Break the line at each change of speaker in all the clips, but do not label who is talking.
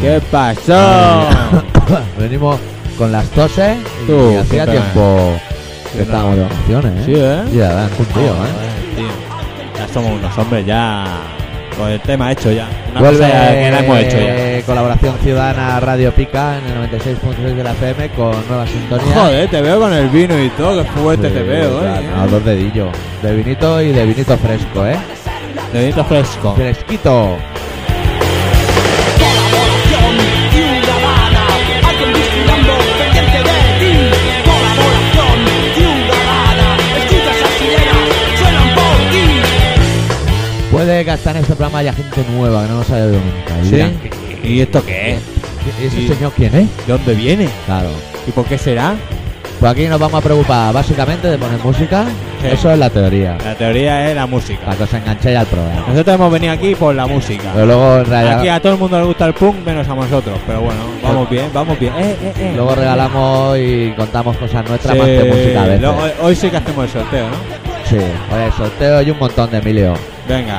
¿Qué pasó?
Venimos con las toses y,
Tú,
hacía
puta.
tiempo
Sí,
que estábamos de
no.
vacaciones,
Sí,
¿eh?
¿eh?
Ya, dan un tío, ¿eh?
Joder, tío. Ya somos unos hombres, ya. Con el tema hecho ya. Una
Vuelve
cosa ya que la hemos hecho ya.
eh, colaboración ciudadana Radio Pica en el 96.6 de la FM con nueva sintonía.
Joder, te veo con el vino y todo, que fuerte
Sí,
te veo,
claro,
eh.
No, dos dedillos. De vinito y de vinito fresco, ¿eh?
De vinito fresco.
Fresquito.
Colaboración ciudadana, alguien vigilando, pendiente de ti. Colaboración ciudadana, escucha esas sirenas, suenan por ti.
Puede que hasta en este programa haya gente nueva que no nos haya oído nunca. Y dirán,
Dirán, ¿Y esto qué es?
"¿Y ese
Sí.
señor quién es?
¿De dónde viene?
Claro.
¿Y por qué será?
Pues aquí nos vamos a preocupar básicamente de poner música.
Sí.
Eso es la teoría.
La teoría es la música.
Para que os enganchéis al programa.
Nosotros hemos venido aquí por la música.
Pero luego, en realidad-
Aquí a todo el mundo le gusta el punk, menos a nosotros. Pero bueno, vamos bien, vamos bien. Eh, eh, eh.
luego regalamos y contamos cosas nuestras
Sí,
más que música a veces.
lo- hoy, hoy sí que hacemos el sorteo, ¿no?
Sí, oye, sorteo y un montón de Emilio.
Venga.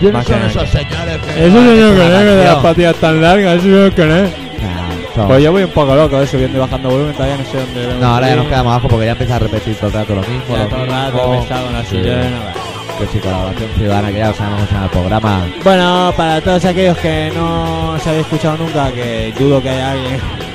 ¿Quiénes
Más que
son
nada.
esos señores que
Eso es lo que
Ah,
es, de las
tío.
patillas tan largas, eso es lo que es.
Nah, son-
eh. Pues yo voy un poco loco, eh, subiendo y bajando volumen, todavía no sé dónde.
No, ahora ya nos quedamos abajo porque ya empieza a repetir todo el rato lo mismo.
Ya
lo
todo el rato,
mismo.
pesado, una
Sí.
sirena, vale.
Que si colaboración ciudadana, que ya lo sabemos en el programa.
Bueno, para todos aquellos que no os habéis escuchado nunca, que dudo que haya alguien.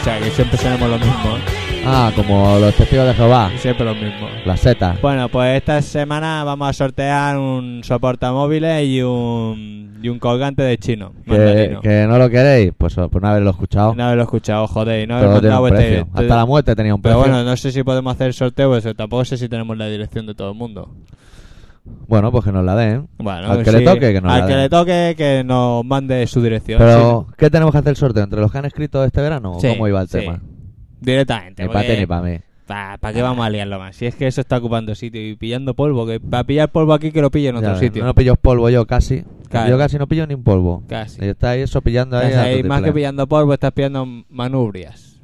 O sea, que siempre seremos los mismos.
Ah, como los testigos de Jehová,
Siempre los mismos.
la seta.
Bueno, pues esta semana vamos a sortear un soportamóviles y un, y un colgante de chino.
Que,
Mandarino.
que no lo queréis, pues por no haberlo escuchado.
No haberlo escuchado, joder, y no haber
todo tiene
encontrado
un
este.
precio. Hasta la muerte tenía un
Pero
precio.
bueno, no sé si podemos hacer sorteo, eso tampoco sé si tenemos la dirección de todo el mundo.
Bueno, pues que nos la den.
Bueno,
Al que le
sí,
toque, que nos
Al
la
que
den.
le toque, que nos mande su dirección.
Pero, ¿qué tenemos que hacer el sorteo? ¿Entre los que han escrito este verano? o
Sí,
¿Cómo iba el
sí.
tema?
Directamente.
Ni para ti ni para mí.
¿Para qué vamos a liarlo más? Si es que eso está ocupando sitio y pillando polvo, que para pillar polvo aquí que lo pille en
Ya
otro
ves,
sitio.
No pillo polvo yo casi.
Claro.
Yo casi no pillo ni un polvo.
Casi.
Y está ahí eso pillando ahí.
Estás
a
ahí,
tutiplén.
más que pillando polvo, estás pillando manubrias.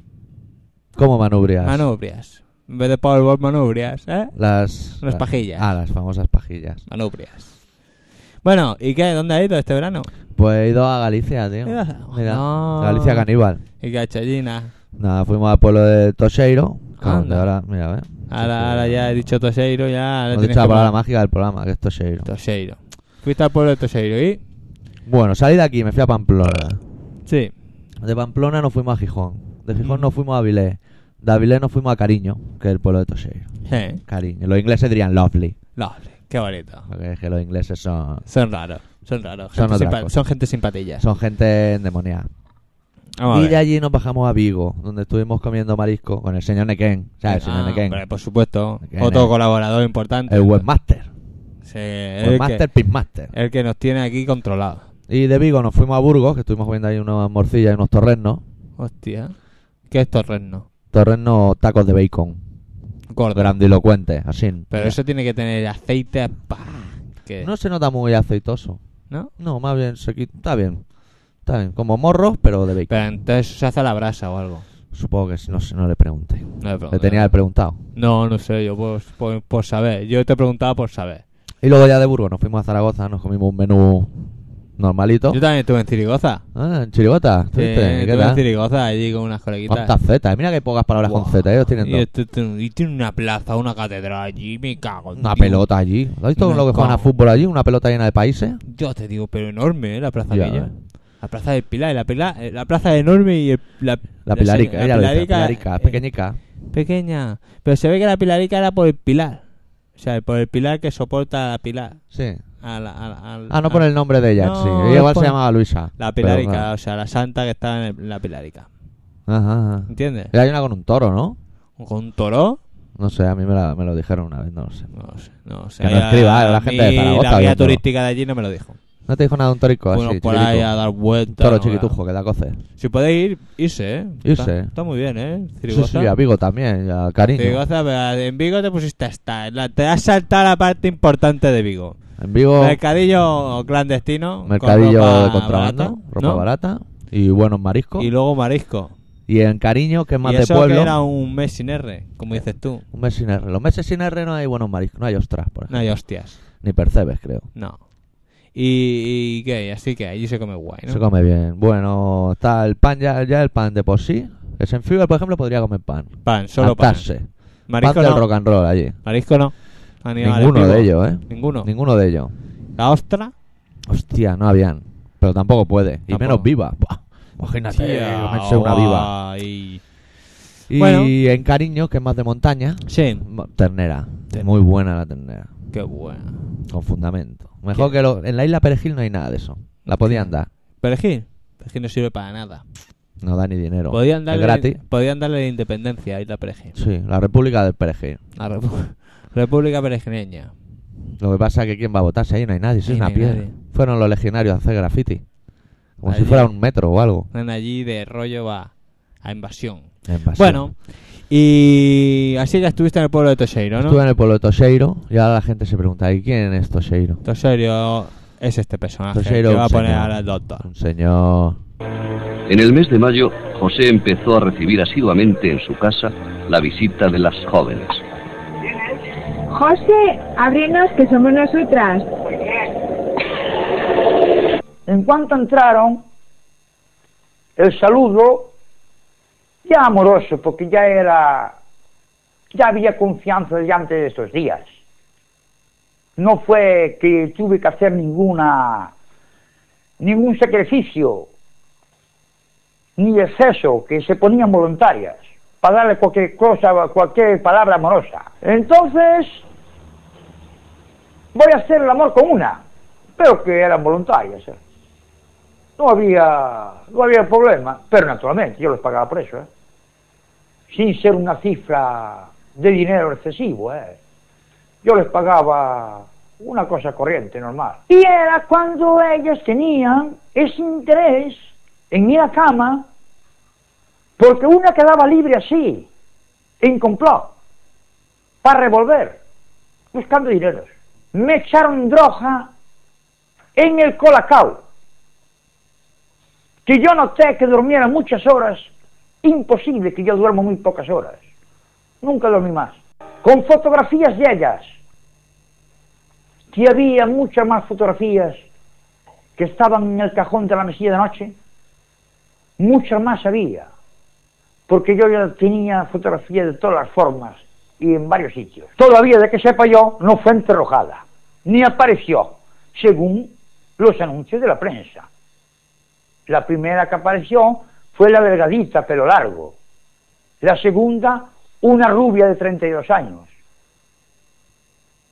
¿Cómo manubrias?
Manubrias. En vez de polvo, manubrias, ¿eh?
Las,
Las
la-
pajillas.
Ah, las famosas pajillas.
Manubrias. Bueno, ¿y qué? ¿Dónde has ido este verano?
Pues he ido a Galicia, tío.
Ibas a-
Mira,
Ah, No.
Galicia caníbal.
¿Y qué ha hecho Gina?
Nada, fuimos al pueblo de Toseiro.
Anda.
Donde ahora, mira, ¿eh?
Ahora, ahora ya he dicho Toseiro, ya ahora
Hemos
tienes
dicho la
que
palabra
poner-
mágica del programa, que es Toseiro.
Toseiro. Fuiste al pueblo de Toseiro y...
Bueno, salí de aquí, me fui a Pamplona.
Sí.
De Pamplona nos fuimos a Gijón. De Gijón
Mm.
nos fuimos a Avilés. De Avilés nos fuimos a Cariño, que es el pueblo de Toseiro.
Eh,
Cariño. Los ingleses dirían lovely.
lovely. Qué bonito.
Porque es que los ingleses son,
Son raros. Son raros.
Son
gente
otra
simpa-
cosa.
son gente sin patillas.
son gente endemoniada.
Vamos a
y
ver.
de allí nos bajamos a Vigo, donde estuvimos comiendo marisco con el señor Nequén. O sea, el señor
Ah,
Nequén.
hombre, por supuesto.
Nequén,
Otro
eh.
colaborador importante.
El webmaster.
Sí, el,
Webmaster, Pues pitmaster.
que, el que nos tiene aquí controlado.
Y de Vigo nos fuimos a Burgos, que estuvimos comiendo ahí unas morcillas y unos torrenos.
Hostia. ¿Qué es torreno?
Torrenos tacos de bacon.
Gordo.
Grandilocuentes, así.
Pero eso tiene que tener aceite. Pa, que,
No se nota muy aceitoso.
¿no?
No, más bien sequito. Está bien. Está bien. Como morros, pero de bacon.
Pero entonces se hace a la brasa o algo.
Supongo que si no, sé, no le pregunté.
No, le pregunto.
Le tenía que haber preguntado.
no, no sé, yo por, por, por saber. Yo te preguntaba por saber.
Y luego ya de Burgos nos fuimos a Zaragoza, nos comimos un menú normalito.
Yo Eh, también estuve en Cirigoza.
Ah, en Chirigota,
Sí,
¿estuviste? ¿Qué
estuve en
tal?
Cirigoza allí con unas coleguitas.
¿Cuántas zetas? Mira que pocas palabras
Guau.
con Z, ellos tienen
Y,
dos.
esto- esto- y tiene una plaza, una catedral allí, me cago. en
Una
Dios.
pelota allí. ¿Has visto
Una
lo que juegan a
cago.
fútbol allí? Una pelota llena de países.
Yo te digo, pero enorme, ¿eh? La plaza
Ya,
aquella.
eh.
La plaza del Pilar, y la, pila- eh, la plaza es enorme y el- la,
La
la
pilarica,
se-
ella lo dice,
pilarica,
la pilarica,
eh,
pequeñica.
pequeña. Pero se ve que la pilarica era por el pilar. O sea, por el pilar que soporta la pilar.
Sí.
A la, a la- al-
Ah, no
al-
por el nombre de ella,
No,
sí.
es
Ella igual
por-
se llamaba Luisa.
La
pero
pilarica,
claro.
o sea, la santa que está en el- la pilarica.
Ajá, ajá.
¿Entiendes?
Y hay una con un toro, ¿no?
¿Con un toro?
No sé, a mí me, la- me lo dijeron una vez, no lo sé.
No sé, no sé.
Que no
Ahí a-
escriba,
a
la gente de
mí
Zaragoza,
La guía
viendo.
turística de allí no me lo dijo.
No te dijo nada un torico
Bueno,
así,
por
chiquitico.
ahí a dar vueltas.
Toro
no,
chiquitujo, que da coce.
Si podéis ir, irse, ¿eh?
Irse.
Está, está muy bien, ¿eh?
Sí,
Zaragoza.
sí, a Vigo también, a cariño.
Zaragoza, pero en Vigo te pusiste hasta... la- te has saltado la parte importante de Vigo.
En Vigo,
Mercadillo clandestino. con
Oh. mercadillo
ropa
de contrabando,
barata,
ropa
¿no?
barata y buenos mariscos.
Y
Y,
luego marisco.
en cariño, que es más
y
de
eso
pueblo.
que era un mes sin R, como dices tú.
Un mes sin R. Los meses sin R no hay buenos mariscos, no hay ostras, por
No
ejemplo.
hay hostias.
Ni percebes, creo.
No. Y, y qué, así que allí se come guay, ¿no?
Se come bien. Bueno, está el pan ya, ya el pan de por sí. Es en Fiverr, por ejemplo, podría comer pan.
pan, solo pan.
Hartarse. pan.
Marisco
del
no.
rock and roll allí.
Marisco no. Animal
Ninguno
vivo.
de ellos, ¿eh?
Ninguno.
Ninguno de ellos.
La ostra.
Hostia, no habían. Pero tampoco puede. Y
Tampoco.
menos viva. Buah, Imagínate
Tía,
comerse una viva.
guay.
Y
Bueno.
en cariño, que es más de montaña,
Sí,
mo- ternera.
Ternera.
Muy buena la ternera.
qué bueno.
Con fundamento. Mejor que lo- en la isla Perejil no hay nada de eso. La podían dar.
Perejil. Perejil no sirve para nada.
No da ni dinero.
Podían
Es
darle,
gratis.
Podían darle la independencia a Isla Perejil.
Sí, la República del Perejil.
A Repu- República Perejileña.
Lo que pasa es que quién va a votar si ahí no hay nadie, si
Ahí
es
no
una
hay
piedra.
nadie.
Fueron los legionarios a hacer graffiti. Como
Allí.
si fuera un metro o algo.
Van allí de rollo a, a invasión.
En Brasil.
Bueno, y así que estuviste en el pueblo de Toseiro, ¿no?
estuve en el pueblo de Toseiro y ahora la gente se pregunta, ¿y quién es Toseiro?
Toseiro es este personaje
Toseiro,
que va a
un
poner
señor.
ahora el doctor.
Un señor.
En el mes de mayo, José empezó a recibir asiduamente en su casa la visita de las jóvenes.
José, ábrenos que somos nosotras.
En cuanto entraron, el saludo ya amoroso, porque ya era, ya había confianza ya antes de estos días. No fue que tuve que hacer ninguna, ningún sacrificio, ni exceso, que se ponían voluntarias para darle cualquier cosa, cualquier palabra amorosa. Entonces, voy a hacer el amor con una, pero que eran voluntarias. ¿eh? No había, no había problema, pero naturalmente yo les pagaba por eso, ¿eh? sin ser una cifra de dinero excesivo. ¿eh? Yo les pagaba una cosa corriente, normal. Y era cuando ellas tenían ese interés en ir a cama, porque una quedaba libre así, en complot, para revolver, buscando dineros. Me echaron droga en el colacao que yo noté que durmiera muchas horas, imposible que yo duermo muy pocas horas. Nunca dormí más. Con fotografías de ellas, que había muchas más fotografías que estaban en el cajón de la mesilla de noche, muchas más había, porque yo ya tenía fotografías de todas las formas y en varios sitios. Todavía, de que sepa yo, no fue enterrojada, ni apareció, según los anuncios de la prensa. La primera que apareció fue la delgadita, pelo largo. La segunda, una rubia de 32 años.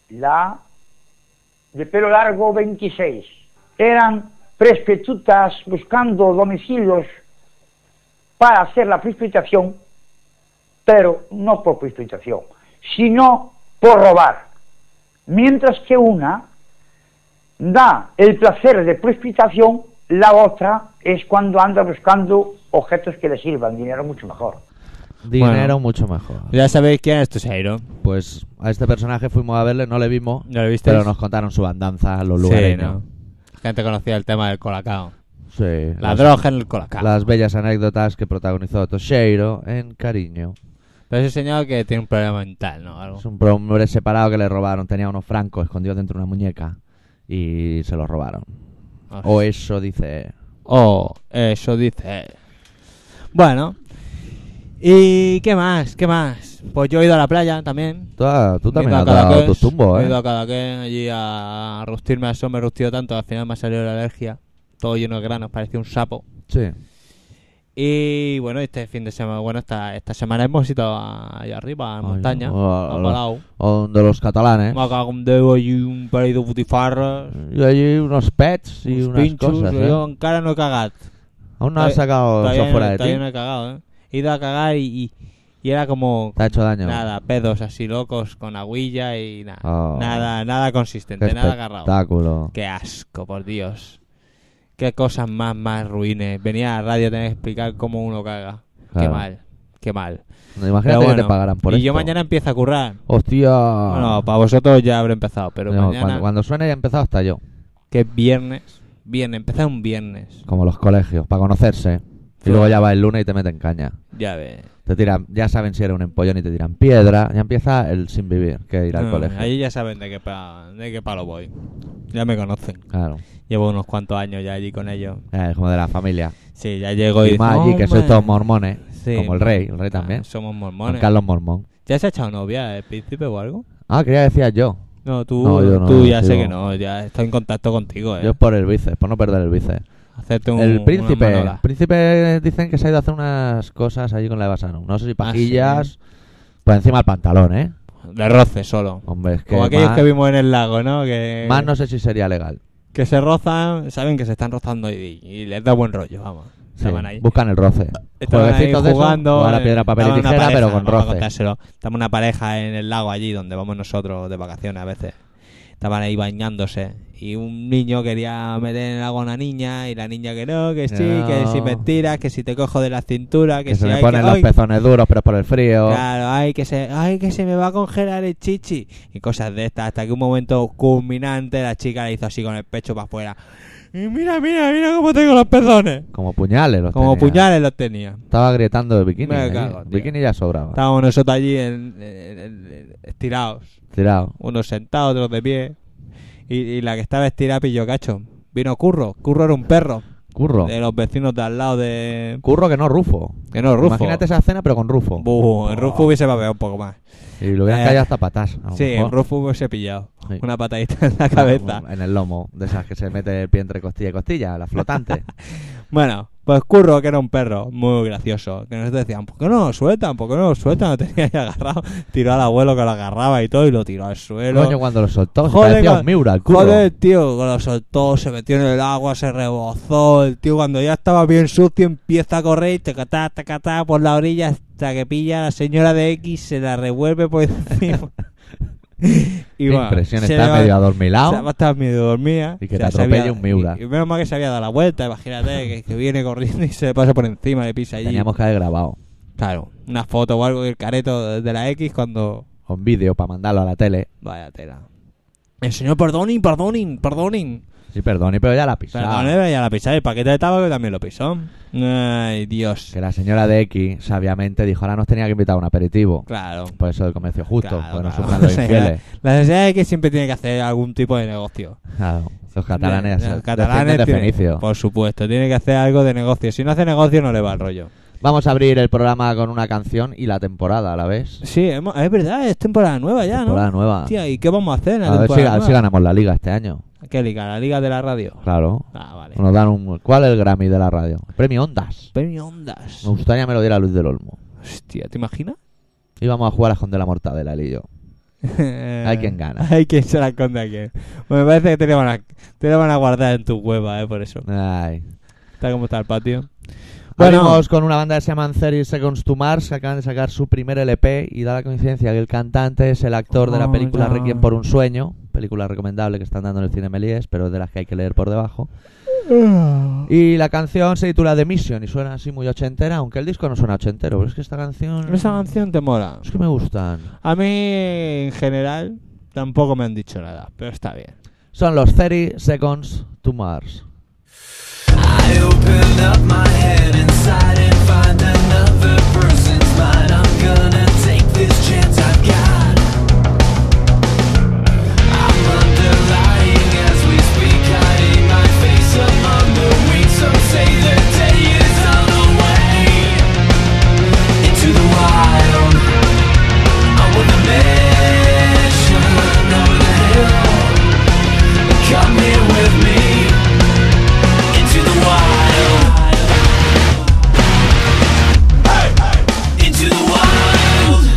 La de pelo largo, 26. Eran prespetutas buscando domicilios para hacer la precipitación, pero no por precipitación, sino por robar. Mientras que una da el placer de precipitación, la otra es cuando anda buscando objetos que le sirvan, dinero mucho mejor.
Dinero mucho mejor.
Ya sabéis quién es Toseiro.
Pues a este personaje fuimos a verle, no le vimos,
¿No lo viste?
pero nos contaron su andanza, los
Sí,
lugareños.
¿no? La gente conocía el tema del colacao.
Sí,
La
las-
droga en el colacao.
Las bellas anécdotas que protagonizó Toshiro en Cariño.
Pero ese señor que tiene un problema mental, ¿no? Algo.
Es un hombre separado que le robaron. Tenía unos francos escondidos dentro de una muñeca y se los robaron.
Ah,
O e- eso dice.
Oh, eso dice. él. Bueno. ¿Y qué más? ¿Qué más? Pues yo he ido a la playa también.
Tú, ah, tú también
He ido a
has dado
Cadaqués,
tus tumbos,
He ido a
¿eh?
Cadaqués allí a rustirme al sol, me he rustido tanto, al final me ha salido la alergia. Todo lleno de granos, parecía un sapo.
Sí.
Y bueno, este fin de semana, bueno, esta, esta semana hemos ido a- allá arriba, a la
Ay,
montaña,
no, a-
a
a-
Palau.
O de los catalanes.
Me ha cagado un dedo y un par de butifarras,
Y allí unos pets y
unos
unas
pinchos,
cosas.
yo
¿eh?
en cara no he cagado.
Aún no has
Todavía-
sacado eso
todavía no-
fuera de
todavía
ti.
no he cagado, ¿eh? He ido a cagar y, y, y era como
¿Te ha hecho daño?
nada, pedos así locos con aguilla y nada.
Oh.
Nada, nada consistente,
Qué
nada agarrado.
espectáculo.
Qué asco, por Dios. Qué cosas más, más ruines. Venía a la radio a tener que explicar cómo uno caga. Qué
Claro.
mal, qué mal.
Imagínate
Pero
que
bueno,
te pagaran por
y
eso.
yo mañana empiezo a currar.
¡Hostia!
Bueno, para vosotros ya habré empezado, pero
No,
mañana,
cuando, cuando suene ya he empezado hasta yo.
que es viernes, viernes, empezar un viernes.
Como los colegios, para conocerse. Y luego ya va el lunes y te meten caña.
Ya ves.
Te tiran, ya saben si eres un empollón y te tiran piedra. Ya empieza el sin vivir, que ir al
No,
colegio.
Allí Ah, ya saben de qué, pa- de qué palo voy. Ya me conocen.
Claro.
Llevo unos cuantos años ya allí con ellos.
Eh, como de la familia.
Sí, ya llego y...
y más allí, que sois
"Hombre".
todos mormones.
Sí.
Como el rey, el rey
Ah,
también.
somos
Juan
mormones.
Carlos Mormón.
¿Ya se ha echado novia el príncipe o algo?
Ah, quería decir yo.
No, tú,
No, yo no,
tú ya
sí,
sé
no.
que no, ya estoy en contacto contigo, eh.
Yo es por el bíceps, por no perder el bíceps.
Hacerte un,
el
una
príncipe.
manola.
El príncipe dicen que se ha ido a hacer unas cosas allí con la de Basano. No
Ah,
sé si pajillas. Por encima del pantalón, ¿eh?
De roce solo.
Hombre, es que.
Como aquellos
más,
que vimos en el lago, ¿no? Que,
más no sé si sería legal.
que se rozan, saben que se están rozando y, y les da buen rollo, vamos.
Sí,
Se van ahí.
Buscan el roce.
Estaban ahí
Jueguecitos de esos,
jugando.
jugar a
eh,
piedra, papel y
estaban una
tijera,
pareja,
pero con
vamos a
roce.
contárselo. Estaba una pareja en el lago allí donde vamos nosotros de vacaciones a veces. Estaban ahí bañándose. Y un niño quería meter en el agua a una niña. Y la niña que no, que sí, que
No.
si me tiras, que si te cojo de la cintura, que,
Que se
si
le
ay,
ponen
que-
los
ay,
pezones duros, pero es por el frío.
Claro, ay que, se, ay, que se me va a congelar el chichi. Y cosas de estas. Hasta que un momento culminante la chica le hizo así con el pecho para afuera. Y mira, mira, mira cómo tengo los pezones.
Como puñales los
Como
tenía.
puñales los tenía.
Estaba grietando de bikini.
Me
allí.
cago, tío.
bikini ya sobraba.
Estábamos nosotros allí en- en- en- estirados.
Tirado.
Unos sentados, otros de pie. Y, y la que estaba estirada pilló cacho. Vino Curro. Curro era un perro.
Curro.
De los vecinos de al lado de...
Curro que no Rufo.
Que no, Rufo.
Imagínate esa cena, pero con Rufo.
Buh, el Rufo hubiese papeado un poco más.
Y lo hubieran
Eh,
caído hasta patas. a lo
Sí, el
mejor.
Rufo hubiese pillado.
Sí.
Una patadita en la cabeza.
En el lomo, de esas que se mete el pie entre costilla y costilla, la flotante.
Bueno, pues Curro, que era un perro muy gracioso, que nos decían, ¿por qué no lo sueltan? ¿Por qué no lo sueltan? Lo tenía ahí agarrado. Tiró al abuelo que lo agarraba y todo y lo tiró al suelo.
Coño, cuando lo soltó, se parecía
con-
un Miura, el curro.
joder, tío, que lo soltó, se metió en el agua, se rebozó. El tío, cuando ya estaba bien sucio, empieza a correr y tacatá, tacatá por la orilla hasta que pilla a la señora de X, se la revuelve por encima.
Qué
y bueno,
impresión,
se
está
levanta-
medio
se
adormilado.
ha estaba medio dormida.
Y que
O sea,
te
se
atropelle
había-
un Miura.
Y, y menos mal que se había dado la vuelta, imagínate, que, que viene corriendo y se le pasa por encima, le pisa allí.
Teníamos que haber grabado
Claro, una foto o algo del careto de la X cuando...
un vídeo para mandarlo a la tele.
Vaya tela. El señor Perdonin, Perdonin, Perdonin.
Sí, perdón, pero ya la pisaba.
Perdone, ya la pisada. El paquete de tabaco también lo pisó. Ay, Dios.
Que la señora de X, sabiamente, dijo, ahora nos tenía que invitar a un aperitivo.
Claro.
Por eso del comercio justo,
Claro,
porque pues, no sufran
claro.
los
O sea,
infieles.
La sociedad de que siempre tiene que hacer algún tipo de negocio.
Claro, los catalanes,
Los
se-
catalanes
descienden de este
tienen-
fenicio.
Por supuesto, tiene que hacer algo de negocio. Si no hace negocio, no le va el rollo.
Vamos a abrir el programa con una canción y la temporada a la vez.
Sí, hemos- es verdad, es temporada nueva ya,
temporada
¿no?
nueva.
Hostia, ¿y qué vamos a hacer en la
a, ver si,
temporada
a ver si
nueva?
ganamos la liga este año.
¿Qué liga? ¿La liga de la radio?
Claro.
Ah, vale.
Nos dan un... ¿Cuál es el Grammy de la radio? Premio Ondas.
Premio Ondas.
Me gustaría me lo diera Luis del Olmo.
Hostia, ¿te imaginas?
Íbamos a jugar a esconder la mortadela, él y yo.
Hay
quien gana.
Hay quien se la esconde a quien. Bueno, me parece que te la van a, te la van a guardar en tu cueva, eh, por eso.
Ay.
Está como está el patio.
Bueno,
Bueno.
Abrimos con una banda que se llama Anthony Seconds to Mars, que acaban de sacar su primer LP y da la coincidencia que el cantante es el actor de la
Oh,
película
ya.
Requiem por un sueño, película recomendable que están dando en el cine Melies, pero es de las que hay que leer por debajo.
Ah.
Y la canción se titula The Mission y suena así muy ochentera, aunque el disco no suena ochentero, pero es que esta canción...
Esa canción te mola.
Es que me gustan.
A mí, en general, tampoco me han dicho nada, pero está bien.
Son los 30 Seconds to Mars.
I open up my head inside and find another person's mind. I'm gonna take this chance I've got. I'm underlying as we speak, hiding my face among the weak. Some say the day is on the way. Into the wild, I want the mission over the hill. Come here with me into the wild. Into the wild.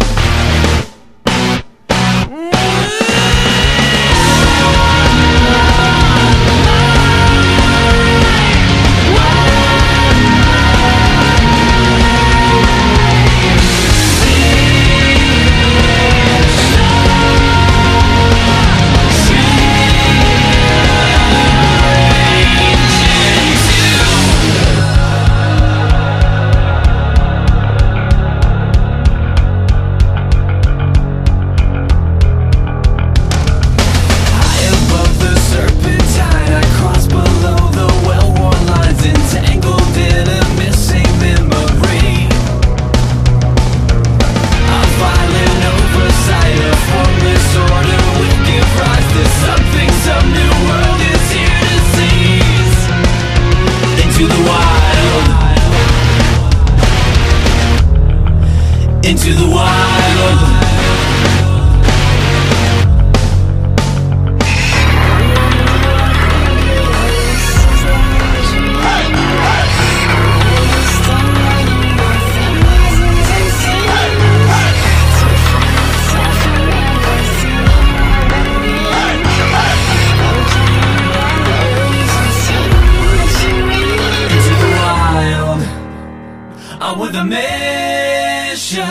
the mission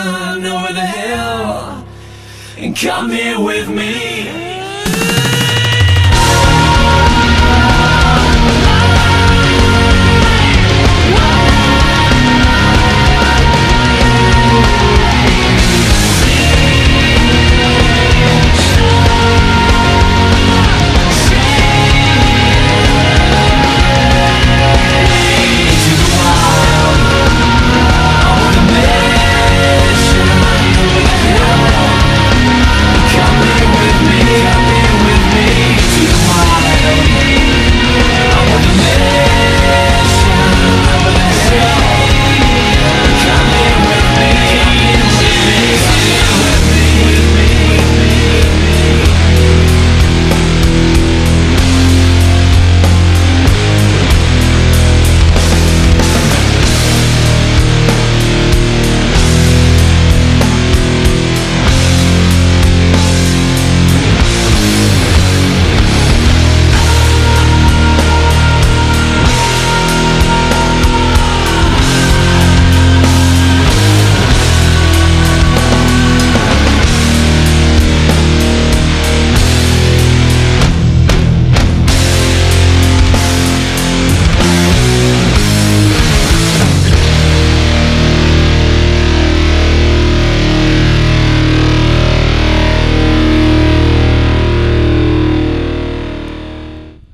over the hill and come here with me.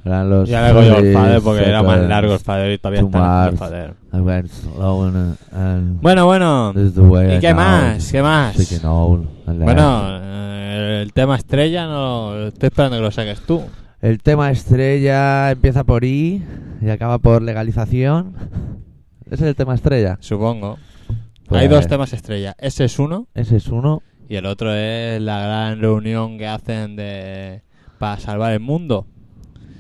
Eran los.
Ya le cogió el
Freddys,
fader porque era más
Seconds,
largo el fader y todavía
Two
está el
Mars,
fader.
Advanced Loan, and
Bueno, bueno.
This is the way
¿Y
I
qué
know.
más? ¿Qué más?
Seeking Owl, and
Bueno, eh, el tema estrella no estoy esperando que lo saques tú.
El tema estrella empieza por I y acaba por legalización. Ese es el tema estrella.
Supongo.
Pues-
Hay dos temas estrella. Ese es uno
Ese es uno.
y el otro es la gran reunión que hacen de para salvar el mundo.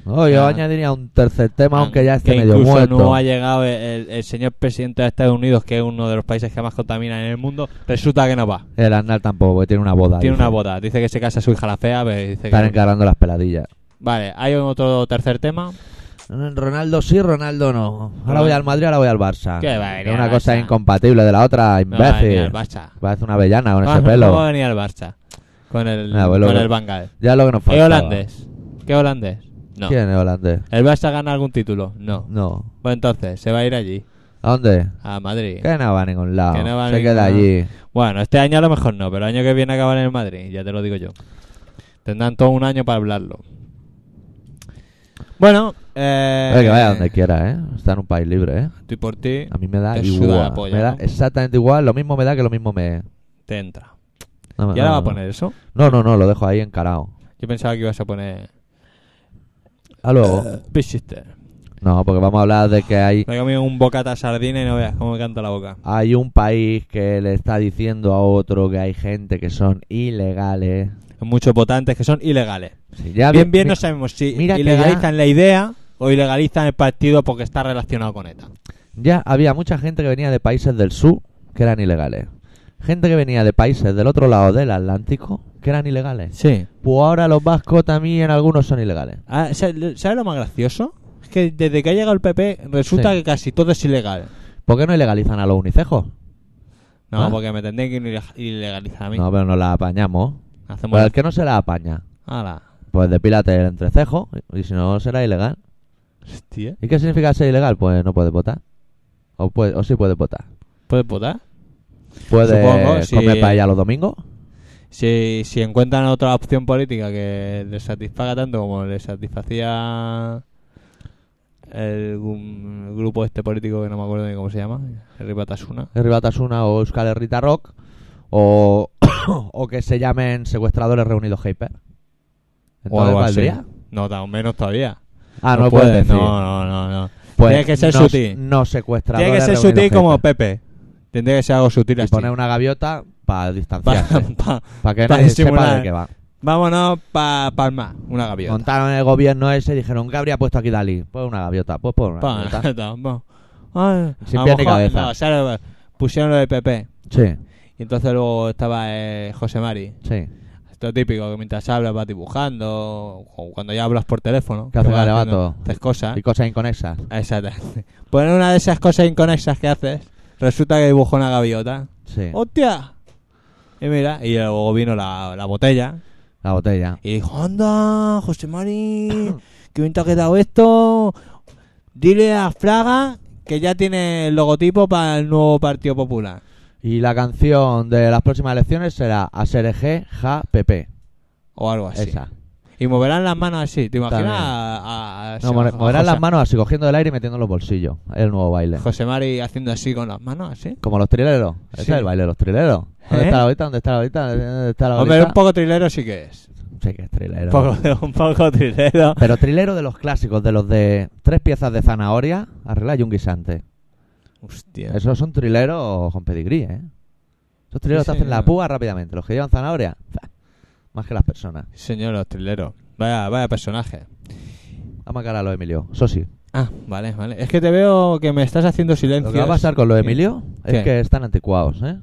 No, yo
Ya. Ah,
añadiría un tercer tema, aunque ya esté
que
medio
incluso
muerto.
no ha llegado el, el- el señor presidente de Estados Unidos, que es uno de los países que más contamina en el mundo, resulta que no va.
El Arnal tampoco, porque tiene una boda.
Tiene
dice.
una boda. Dice que se casa su hija la fea, pero dice
Están
que...
encarando las peladillas.
Vale, hay otro tercer tema.
Ronaldo sí, Ronaldo no. Ahora
Ronaldo.
voy al Madrid, ahora voy al Barça.
¿Qué va a venir
Es una
al
cosa
Barça?
incompatible de la otra,
No va a venir
imbécil.
al Barça.
Parece una avellana con
Ah, No,
ese
no va a
pelo.
venir al Barça. Con el,
Ah, bueno,
con
bueno.
el Bangal.
Ya lo que nos
¿Qué
faltaba.
holandés? ¿Qué holandés? No.
¿Quién es holandés?
¿El Barça gana algún título? No.
No.
Pues entonces, se va a ir allí,
¿A dónde?
a Madrid.
Que no va a ningún lado.
Que no va a
Ah, Se
ningún
queda
lado.
allí.
Bueno, este año a lo mejor no, pero el año que viene acabar en el Madrid, ya te lo digo yo. Tendrán todo un año para hablarlo. Bueno, eh,
Oye, que vaya donde quiera, ¿eh? Está en un país libre, ¿eh?
Estoy por ti,
A mí me da
Te
igual.
suda la polla,
me da
¿no?
exactamente igual. Lo mismo me da que lo mismo me.
te entra.
no me-
¿Y ahora
no,
va a
no.
poner eso?
No, no, no, lo dejo ahí encarado.
Yo pensaba que ibas a poner...
A luego.
Big Sister.
No, porque vamos a hablar de que hay,
Me he comido un bocata sardina y no veas cómo me canta la boca.
hay un país que le está diciendo a otro que hay gente que son ilegales.
Muchos votantes que son ilegales.
Sí, ya
bien, bien,
mi-
no sabemos si
mira que
ilegalizan la idea o ilegalizan el partido porque está relacionado con ETA.
Ya había mucha gente que venía de países del sur que eran ilegales. Gente que venía de países del otro lado del Atlántico que eran ilegales.
Sí.
Pues ahora los vascos también algunos son ilegales.
Ah, ¿Sabes ¿sabes lo más gracioso? Es que desde que ha llegado el PP resulta
Sí.
que casi todo es ilegal.
¿Por qué no ilegalizan a los unicejos?
No,
Ah.
porque me tendría que ileg- ilegalizar a mí.
No, pero nos la apañamos.
Hacemos
Pues el que no se la apaña,
Ala.
pues depílate el entrecejo y si no será ilegal.
Hostia.
¿Y qué significa ser ilegal? Pues no puedes votar. O, puede, o sí puedes votar.
¿Puedes votar? Supongo,
Puedes
sí.
comer paella los domingos.
Si, si encuentran otra opción política que les satisfaga tanto como les satisfacía el, gu- grupo este político que no me acuerdo ni cómo se llama, Henry Batasuna.
Herri Batasuna o Euskal Herrita Rock. O, o que se llamen secuestradores reunidos Hyper.
o
Entonces
algo así.
valdría.
No, tan menos todavía.
Ah, no, puedes decir.
No, no, no. no.
Pues
Tiene que ser
no,
sutil.
No secuestradores
Tiene que ser
reunidos
sutil como
Hyper.
Pepe. Tendría que ser algo sutil
Y
así.
poner una gaviota para
Pa-
distanciarse.
pa-
Para que
pa
nadie sepa
disimular.
de qué va.
vámonos para Palma, una gaviota.
Montaron el gobierno ese y dijeron, ¿qué habría puesto aquí Dalí? Pues una gaviota, pues pon una
Pa-
gaviota.
vamos. Ay,
Sin
a lo
pies ni
mejor-
cabeza.
no, ¿sabes? pusieron lo de Pepe.
Sí,
Y entonces luego estaba eh, José Mari.
sí.
Esto típico, que mientras hablas vas dibujando, o cuando ya hablas por teléfono.
Que hace
vas
garabato.
¿Ah? haciendo Haces cosas. Pues
Y cosas inconexas.
Exactamente. Poner una de esas cosas inconexas que haces Resulta que dibujó una gaviota.
Sí.
¡Hostia! Y mira, y luego vino la, la botella.
La botella.
Y dijo, anda, José Mari, qué bien te ha quedado esto. Dile a Fraga que ya tiene el logotipo para el nuevo Partido Popular.
Y la canción de las próximas elecciones será A G Ja PP.
O algo así.
Esa.
Y moverán las manos así. ¿Te imaginas?
También.
A, a-
No,
a-
mo-
a
moverán
José-
las manos así, cogiendo el aire y metiendo en los bolsillos. El nuevo baile.
José Mari haciendo así con las manos, así.
Como los trileros. Ese
Sí.
es el baile de los trileros. ¿Dónde
¿Eh?
está la ahorita? ¿Dónde está la ahorita? ¿Dónde está la
Hombre,
ahorita?
un poco trilero sí que es.
Sí, que es trilero.
Un poco, un poco trilero.
Pero trilero de los clásicos, de los de tres piezas de zanahoria, arregla y un guisante.
Hostia.
Esos son trileros con pedigrí, ¿eh? Esos trileros
Sí,
te hacen la
señor.
púa rápidamente. Los que llevan zanahoria, ¡za! más que las personas.
Señor, los trileros. Vaya, vaya personaje.
Vamos a cara a los Emilio. Eso sí.
Ah, vale, vale. Es que te veo que me estás haciendo silencio.
Lo que va a pasar con los Emilio es
¿Qué?
que están anticuados, ¿eh?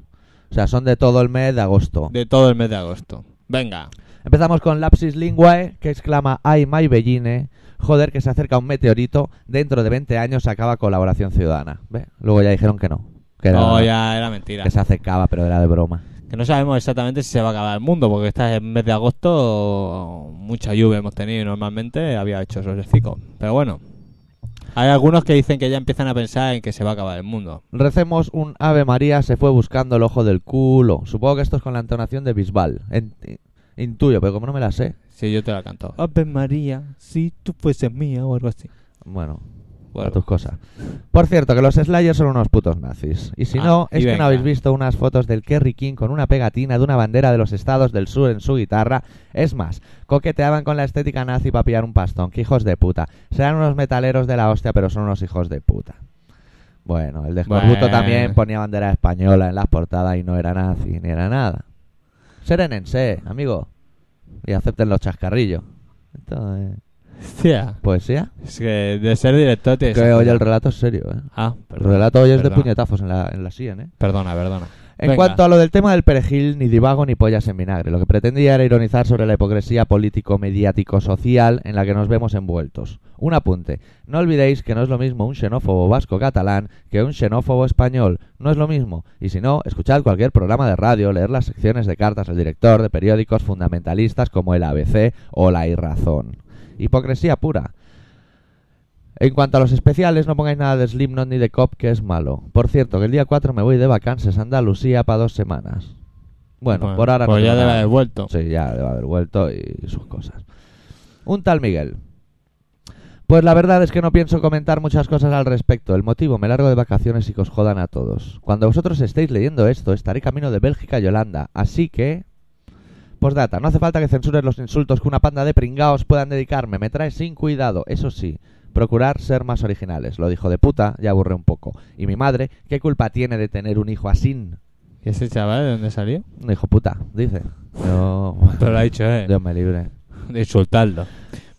O sea, son de todo el mes de agosto.
De todo el mes de agosto. Venga.
Empezamos con Lapsis Linguae, que exclama ¡Ay, my belline! Joder, que se acerca un meteorito. Dentro de 20 años se acaba colaboración ciudadana. ¿Ve? Luego ya dijeron que no. Que, era-
No, Oh, ya era mentira.
que se acercaba, pero era de broma.
Que no sabemos exactamente si se va a acabar el mundo, porque está en mes de agosto mucha lluvia hemos tenido y normalmente había hecho solecicos. Pero bueno, hay algunos que dicen que ya empiezan a pensar en que se va a acabar el mundo.
Recemos un Ave María se fue buscando el ojo del culo. Supongo que esto es con la entonación de Bisbal. En- intuyo, pero como no me la sé.
Si yo te la canto. Ave María, si tú fueses mía o algo así.
Bueno,
Bueno,
a tus cosas. Por cierto, que los Slayers son unos putos nazis. Y si
Ah,
no,
y
es que no
venga.
habéis visto unas fotos del Kerry King con una pegatina de una bandera de los estados del sur en su guitarra. Es más, coqueteaban con la estética nazi para pillar un pastón. ¡Qué hijos de puta! Serán unos metaleros de la hostia, pero son unos hijos de puta. Bueno, el descorbuto
Bueno.
también ponía bandera española en las portadas y no era nazi, ni era nada. Serenense, amigo. Y acepten los chascarrillos. Esto es
hostia.
poesía.
Es que de ser director tienes
Que
que-
hoy el relato es serio, ¿eh?
Ah,
El
perdona,
relato hoy es de
perdona.
puñetazos en la, en la sien, ¿eh?
Perdona, perdona.
En
Venga.
cuanto a lo del tema del perejil, ni divago ni pollas en vinagre. Lo que pretendía era ironizar sobre la hipocresía político-mediático-social en la que nos vemos envueltos. Un apunte. No olvidéis que no es lo mismo un xenófobo vasco-catalán que un xenófobo español. No es lo mismo. Y si no, escuchad cualquier programa de radio, leer las secciones de cartas al director de periódicos fundamentalistas como el ABC o La Irrazón. Hipocresía pura. En cuanto a los especiales, no pongáis nada de Slipknot ni de Cop, que es malo. Por cierto, que el día 4 me voy de vacances a Andalucía para dos semanas. Bueno, por ahora
Pues
no
ya
tengo
te la
nada.
he devuelto.
Sí, ya debe haber vuelto y sus cosas. Un tal Miguel. Pues la verdad es que no pienso comentar muchas cosas al respecto. El motivo, me largo de vacaciones y que os jodan a todos. Cuando vosotros estéis leyendo esto, estaré camino de Bélgica y Holanda. Así que... Postdata, no hace falta que censures los insultos que una panda de pringaos puedan dedicarme. Me trae sin cuidado, eso sí. Procurar ser más originales. Lo dijo de puta, ya aburre un poco. Y mi madre, ¿qué culpa tiene de tener un hijo así? Un
¿Y ese chaval de dónde salió?
hijo puta, dice. Yo-
Pero lo ha dicho, eh.
Dios me libre.
De insultarlo.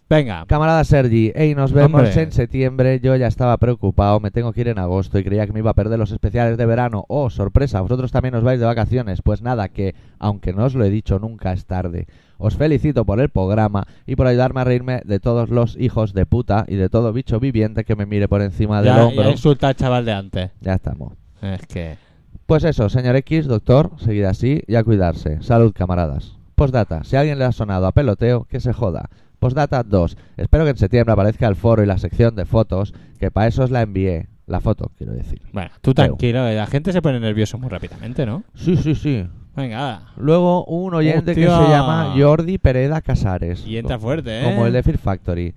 Venga.
Camarada Sergi, hey, nos vemos
Hombre.
en septiembre. Yo ya estaba preocupado, me tengo que ir en agosto y creía que me iba a perder los especiales de verano. Oh, sorpresa, vosotros también os vais de vacaciones. Pues nada, que, aunque no os lo he dicho nunca, es tarde. Os felicito por el programa y por ayudarme a reírme de todos los hijos de puta y de todo bicho viviente que me mire por encima del
Ya, ya
hombro.
insulta al chaval de antes.
Ya estamos.
Es que.
Pues eso, señor X, doctor, seguid así y a cuidarse. Salud, camaradas. Postdata, si a alguien le ha sonado a peloteo, que se joda. Postdata 2, espero que en septiembre aparezca el foro y la sección de fotos, que para eso os la envié. La foto, quiero decir.
Bueno, tú
Pero-
tranquilo, que la gente se pone nerviosa muy rápidamente, ¿no?
Sí, sí, sí.
Venga, ahora.
Luego un oyente que
Hostia.
se llama Jordi Pereda Casares.
Y entra fuerte, ¿eh?
Como el de Fear Factory.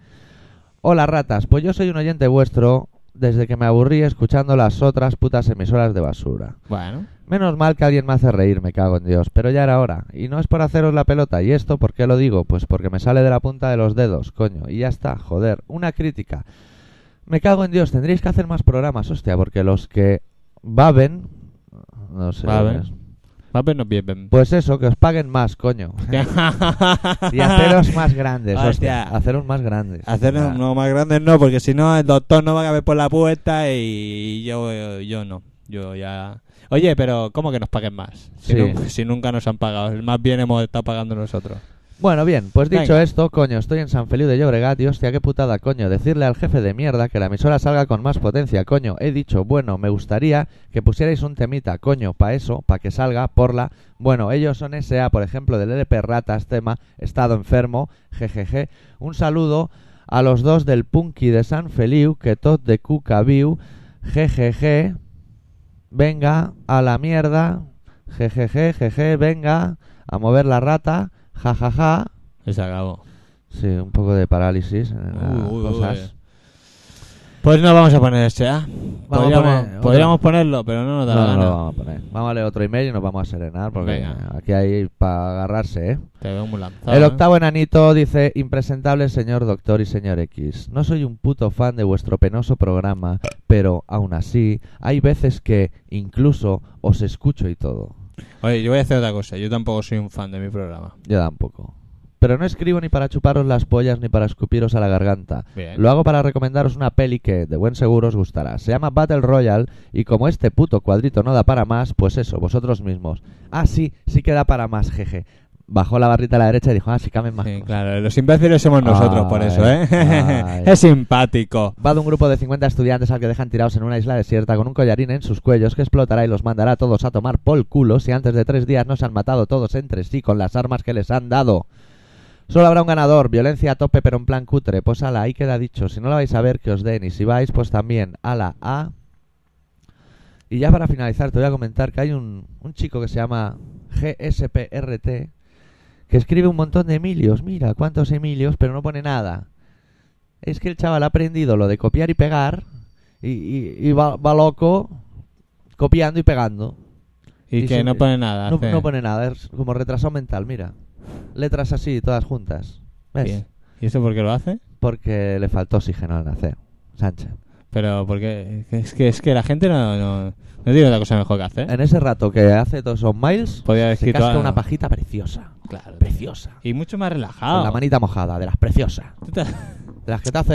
Hola ratas, pues yo soy un oyente vuestro desde que me aburrí escuchando las otras putas emisoras de basura.
Bueno,
Menos mal que alguien me hace reír, me cago en Dios, pero ya era hora. Y no es por haceros la pelota, ¿y esto por qué lo digo? Pues porque me sale de la punta de los dedos, coño, y ya está, joder, una crítica. Me cago en Dios, tendréis que hacer más programas, hostia, porque los que baben... No sé.
Baben.
es-
va a vernos bien. bien.
Pues eso, que os paguen más, coño. y haceros más grandes, hostia.
Hostia.
Haceros más grandes.
Hacernos
Ya.
no más grandes no, porque si no el doctor no va a caber por la puerta y yo, yo no. Yo ya. Oye, pero ¿cómo que nos paguen más? Si,
Sí.
nunca, si nunca nos han pagado. Más bien hemos estado pagando nosotros.
Bueno, bien, pues dicho
Venga.
esto, coño, estoy en San Feliu de Llobregat y hostia, qué putada, coño, decirle al jefe de mierda que la emisora salga con más potencia, coño. He dicho, bueno, me gustaría que pusierais un temita, coño, pa' eso, pa' que salga, por la... Bueno, ellos son S.A., por ejemplo, del E LP Ratas, tema, este estado enfermo, jejeje. Un saludo a los dos del Punky de San Feliu, que tot de cuca viu, jejeje, venga, a la mierda, jejeje, jeje, venga, a mover la rata, jajaja...
Y se acabó.
Sí, un poco de parálisis en las
Uy, eh. uy, uy.
cosas.
Pues no vamos a poner ese, ¿ah?
Vamos a
Podríamos,
poner otro.
podríamos ponerlo, pero no nos da
No, no
la gana.
lo vamos a poner. Vamos a leer otro email y nos vamos a serenar porque
Venga.
aquí hay para agarrarse, ¿eh?
Te veo muy lanzado.
El
¿eh?
octavo enanito dice, impresentable señor doctor y señor X, no soy un puto fan de vuestro penoso programa, pero aún así hay veces que incluso os escucho y todo.
Oye, yo voy a hacer otra cosa. Yo tampoco soy un fan de mi programa.
Yo tampoco. Pero no escribo ni para chuparos las pollas ni para escupiros a la garganta.
Bien.
Lo hago para recomendaros una peli que, de buen seguro, os gustará. Se llama Battle Royale y como este puto cuadrito no da para más, pues eso, vosotros mismos. Ah, sí, sí que da para más, jeje. Bajó la barrita a la derecha y dijo, ah, sí caben más.
Sí,
cosas.
claro, los imbéciles somos nosotros por
Ay,
eso, ¿eh?
ay.
es simpático.
Va de un grupo de 50 estudiantes al que dejan tirados en una isla desierta con un collarín en sus cuellos que explotará y los mandará a todos a tomar por culo si antes de tres días no se han matado todos entre sí con las armas que les han dado. Solo habrá un ganador, violencia a tope pero en plan cutre, pues ala, ahí queda dicho, si no la vais a ver que os den y si vais pues también, ala, a... Y ya para finalizar te voy a comentar que hay un, un chico que se llama GSPRT que escribe un montón de Emilios, mira, cuántos Emilios, pero no pone nada es que el chaval ha aprendido lo de copiar y pegar y, y- y va, va loco copiando y pegando.
Y,
Y
que
sí,
no pone nada.
No,
hace-
no pone nada, es como retrasado mental, mira. Letras así, todas juntas. ¿Ves?
Bien. ¿Y eso por qué lo hace?
Porque le faltó oxígeno al nacer, Sánchez.
¿Eh? Pero porque es que, es que la gente no, no, no tiene otra cosa mejor que hacer.
En ese rato que hace todos esos miles,
Podía haber
se
escrito
casca
algo.
una pajita preciosa.
Claro. Ah.
Preciosa.
Y mucho más relajado.
Con la manita mojada, de las preciosas.
Tú te-
De las que te hace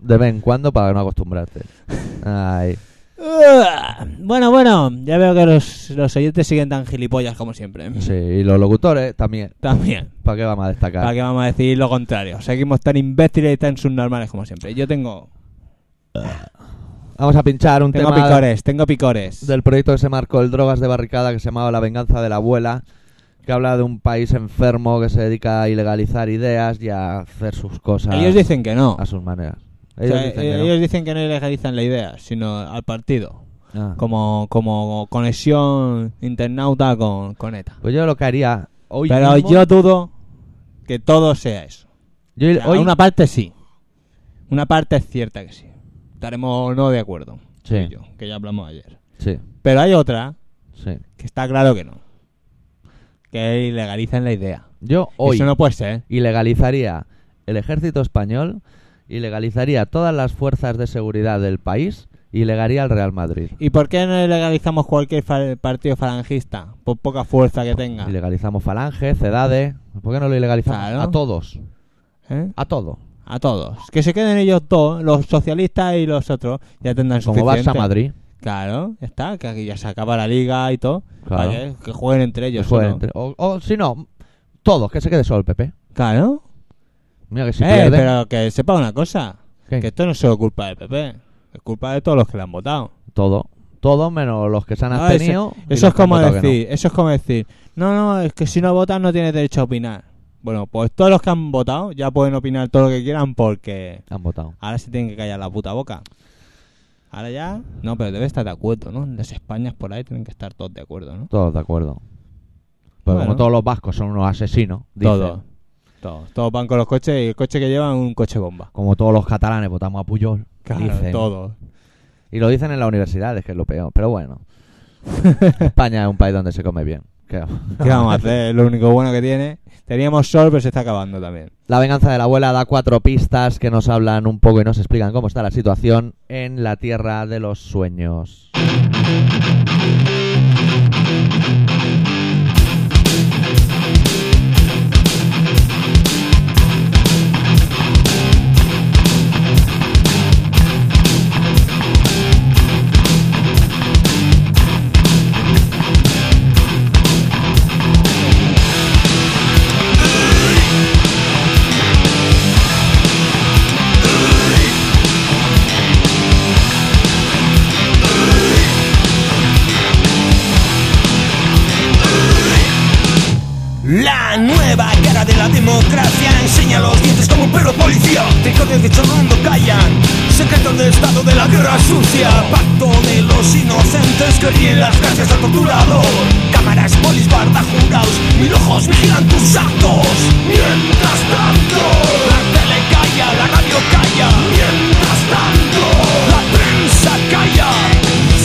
de vez en cuando para no acostumbrarte. Ay.
Ugh. Bueno, bueno, ya veo que los, los oyentes siguen tan gilipollas como siempre.
Sí, y los locutores también.
También.
¿Para qué vamos a destacar?
¿Para qué vamos a decir lo contrario? Seguimos tan imbéciles y tan subnormales como siempre. Yo tengo,
Vamos a pinchar un
tengo
tema
picores, tengo picores.
del proyecto que se marcó el Drogas de Barricada que se llamaba La venganza de la abuela, que habla de un país enfermo que se dedica a ilegalizar ideas y a hacer sus cosas
Ellos dicen que no.
a sus maneras.
O
Ellos
sea,
dicen
eh,
que no.
ellos dicen que no ilegalizan la idea, sino al partido.
Ah.
Como, como conexión internauta con, con ETA.
Pues yo lo que haría hoy
Pero
mismo-
yo dudo que todo sea eso.
yo
O sea,
hoy-
Una parte sí. Una parte es cierta que sí. Estaremos o no de acuerdo.
Sí.
tú y yo, que ya hablamos ayer.
Sí,
Pero hay otra
sí.
que está claro que no. Que ilegalizan la idea.
Yo hoy
Eso no puede ser.
ilegalizaría el ejército español, ilegalizaría todas las fuerzas de seguridad del país, ilegaría el Real Madrid.
¿Y por qué no ilegalizamos cualquier fa- partido falangista? Por poca fuerza que tenga.
Ilegalizamos Falange, Cedade. ¿Por qué no lo ilegalizamos?
Claro.
A todos.
¿Eh?
A todo.
A todos. Que se queden ellos dos, los socialistas y los otros. Ya tendrán
Como vas
suficiente.
a Madrid.
Claro, ya está. Que aquí ya se acaba la liga y todo.
Claro.
Vale, que jueguen entre ellos.
que jueguen
¿no?
entre- O, o si no, todos, que se quede solo el PP.
Claro.
Mira que si
eh,
pierde.
pero que sepa una cosa,
¿Qué?
que esto no es solo culpa del PP, es culpa de todos los que le han votado.
Todo. Todos menos los que se han
Ah, eso-
abstenido. y
eso
los
es
que han
como
votado que no.
decir, eso es como decir, no, no, es que si no votas no tienes derecho a opinar. Bueno, pues todos los que han votado ya pueden opinar todo lo que quieran porque
Han votado.
ahora se tienen que callar la puta boca. Ahora ya, no, pero debe estar de acuerdo, ¿no? Las Españas por ahí tienen que estar todos de acuerdo, ¿no?
Todos de acuerdo. Pero
Bueno.
como todos los vascos son unos asesinos. dicen,
Todos, todos, todos van con los coches y el coche que llevan un coche bomba.
Como todos los catalanes votamos a Puyol.
Claro,
dicen.
todos.
Y lo dicen en las universidades, que es lo peor. Pero bueno. España es un país donde se come bien. creo.
¿Qué vamos a hacer? Lo único bueno que tiene. Teníamos sol, pero se está acabando también.
La venganza de la abuela da cuatro pistas que nos hablan un poco y nos explican cómo está la situación en la tierra de los sueños.
Thank
la democracia enseña los dientes como un perro policía. Tricotes que chorrando callan, secretos de estado de la guerra sucia. Pacto de los inocentes que ríen las gracias al torturador. Cámaras, polis, barda, jurados, mil ojos vigilan tus actos. Mientras tanto, la tele calla, la radio calla. Mientras tanto, la prensa calla.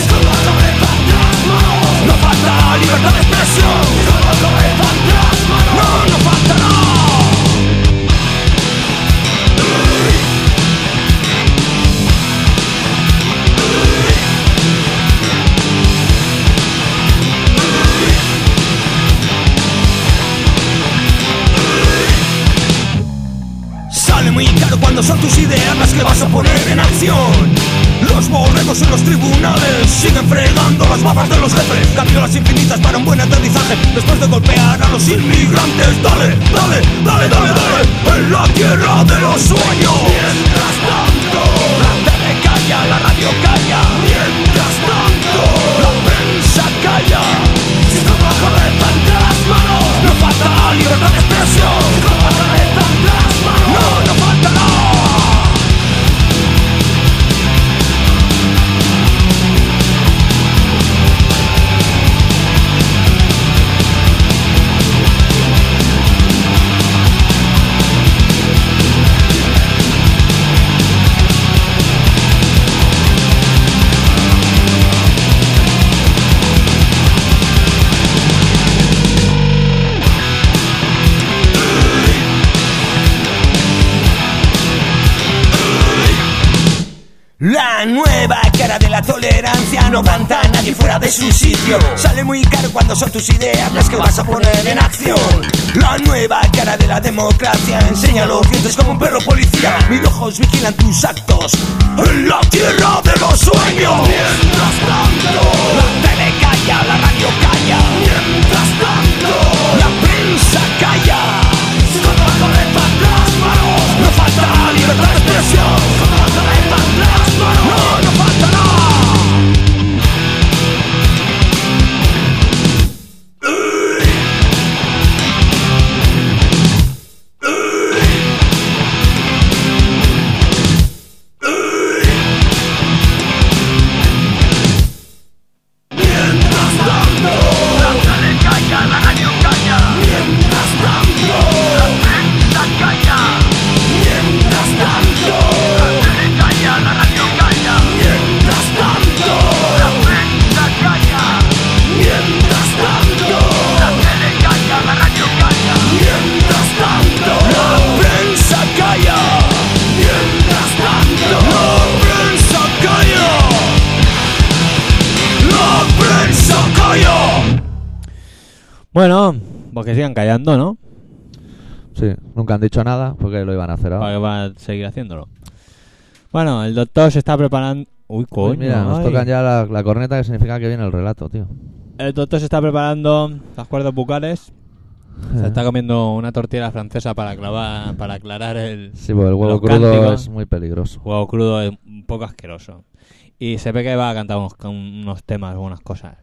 Solo sobre fantasmas, no falta libertad de expresión. Solo sobre fantasmas, no, no faltará. Sale muy caro cuando son tus ideas las que vas a poner en acción. Los borregos en los tribunales siguen fregando las babas de los jefes. Camiolas infinitas para un buen aterrizaje. Después de golpear a los inmigrantes, dale, dale, dale, dale, dale. En la tierra de los sueños. Mientras tanto, la tele calla, la radio calla. Mientras tanto, la prensa calla. Si no bajo de fantasmas, no falta libertad de expresión. Si no bajo de fantasmas, no, no faltará. La nueva cara de la tolerancia no canta a nadie fuera de su sitio. Sale muy caro cuando son tus ideas las que vas a poner en acción. La nueva cara de la democracia enseña los dientes como un perro policía. Mil ojos vigilan tus actos en la tierra de los sueños. Mientras tanto, la tele calla, la radio calla. Mientras tanto, la prensa calla. Si no de fantasmas, no falta libertad de expresión. Si no de fantasmas, no, no faltará. Mientras tanto, la tele calla, la radio calla. Mientras tanto, la prensa calla. Mientras tanto, la tele calla, la radio calla. Mientras tanto, la prensa calla. Mientras tanto, la tele calla, la radio calla. Mientras tanto, la prensa calla. Mientras tanto, la prensa calla. ¡La prensa calla!
Bueno, pues que sigan callando, ¿no?
Sí, nunca han dicho nada porque lo iban a hacer
Para
ahora.
que van a seguir haciéndolo. Bueno, el doctor se está preparando. Uy, coño.
Uy, Pues mira, nos
ay.
tocan ya la, la corneta que significa que viene el relato, tío.
El doctor se está preparando las cuerdas bucales.
Eh.
Se está comiendo una tortilla francesa para clavar, para aclarar el
Sí, porque el
Los
huevo crudo
cánticos.
es muy peligroso.
juego crudo, es un poco asqueroso. Y se ve que va a cantar unos, unos temas, unas cosas.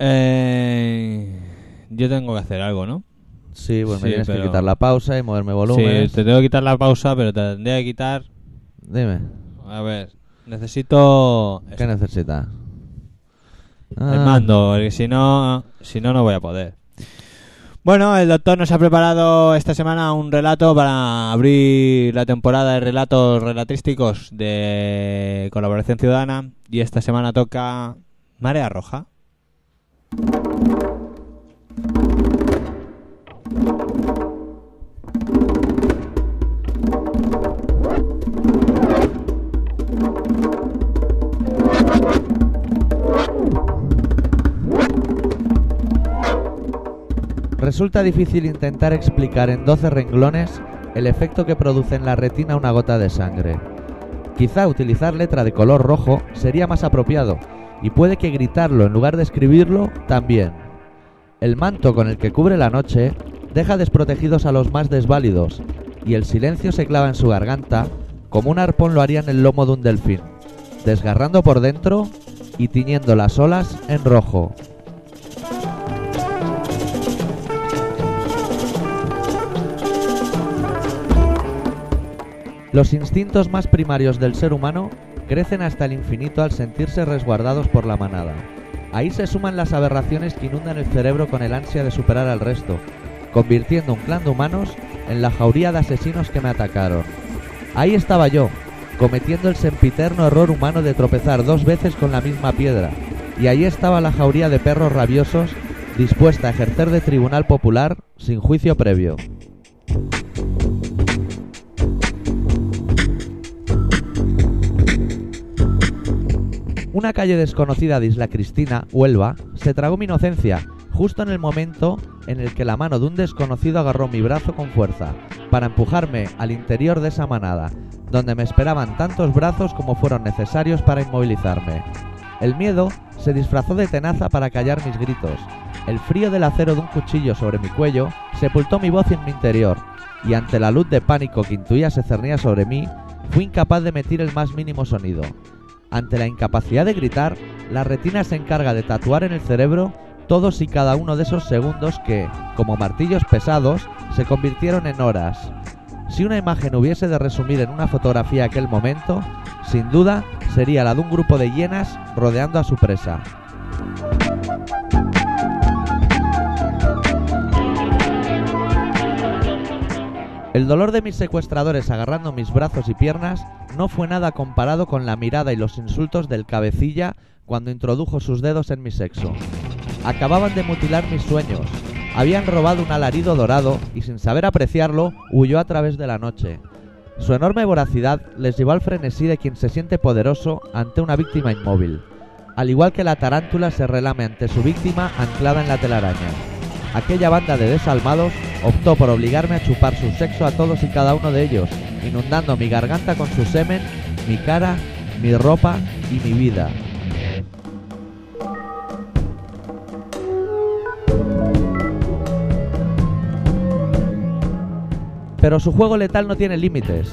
Eh, yo tengo que hacer algo, ¿no?
Sí, pues
Sí,
me tienes
pero-
que quitar la pausa y moverme
Sí,
volumen.
te tengo que quitar la pausa, pero te tendría que quitar.
Dime,
A ver, necesito
¿qué necesitas?
el
Ah.
mando, porque si no, si no, no voy a poder. Bueno, el doctor nos ha preparado esta semana un relato para abrir la temporada de relatos relatísticos de Colaboración Ciudadana. Y esta semana toca Marea Roja.
Resulta difícil intentar explicar en 12 renglones el efecto que produce en la retina una gota de sangre. Quizá utilizar letra de color rojo sería más apropiado, y puede que gritarlo en lugar de escribirlo también. El manto con el que cubre la noche deja desprotegidos a los más desválidos, y el silencio se clava en su garganta como un arpón lo haría en el lomo de un delfín, desgarrando por dentro y tiñendo las olas en rojo. Los instintos más primarios del ser humano crecen hasta el infinito al sentirse resguardados por la manada. Ahí se suman las aberraciones que inundan el cerebro con el ansia de superar al resto, convirtiendo un clan de humanos en la jauría de asesinos que me atacaron. Ahí estaba yo, cometiendo el sempiterno error humano de tropezar dos veces con la misma piedra, y ahí estaba la jauría de perros rabiosos dispuesta a ejercer de tribunal popular sin juicio previo. Una calle desconocida de Isla Cristina, Huelva, se tragó mi inocencia, justo en el momento en el que la mano de un desconocido agarró mi brazo con fuerza, para empujarme al interior de esa manada, donde me esperaban tantos brazos como fueron necesarios para inmovilizarme. El miedo se disfrazó de tenaza para callar mis gritos. El frío del acero de un cuchillo sobre mi cuello sepultó mi voz en mi interior, y ante la luz de pánico que intuía se cernía sobre mí, fui incapaz de emitir el más mínimo sonido. Ante la incapacidad de gritar, la retina se encarga de tatuar en el cerebro todos y cada uno de esos segundos que, como martillos pesados, se convirtieron en horas. Si una imagen hubiese de resumir en una fotografía aquel momento, sin duda sería la de un grupo de hienas rodeando a su presa. El dolor de mis secuestradores agarrando mis brazos y piernas no fue nada comparado con la mirada y los insultos del cabecilla cuando introdujo sus dedos en mi sexo. Acababan de mutilar mis sueños, habían robado un alarido dorado y sin saber apreciarlo huyó a través de la noche. Su enorme voracidad les llevó al frenesí de quien se siente poderoso ante una víctima inmóvil, al igual que la tarántula se relame ante su víctima anclada en la telaraña. Aquella banda de desalmados optó por obligarme a chupar su sexo a todos y cada uno de ellos, inundando mi garganta con su semen, mi cara, mi ropa y mi vida. Pero su juego letal no tiene límites.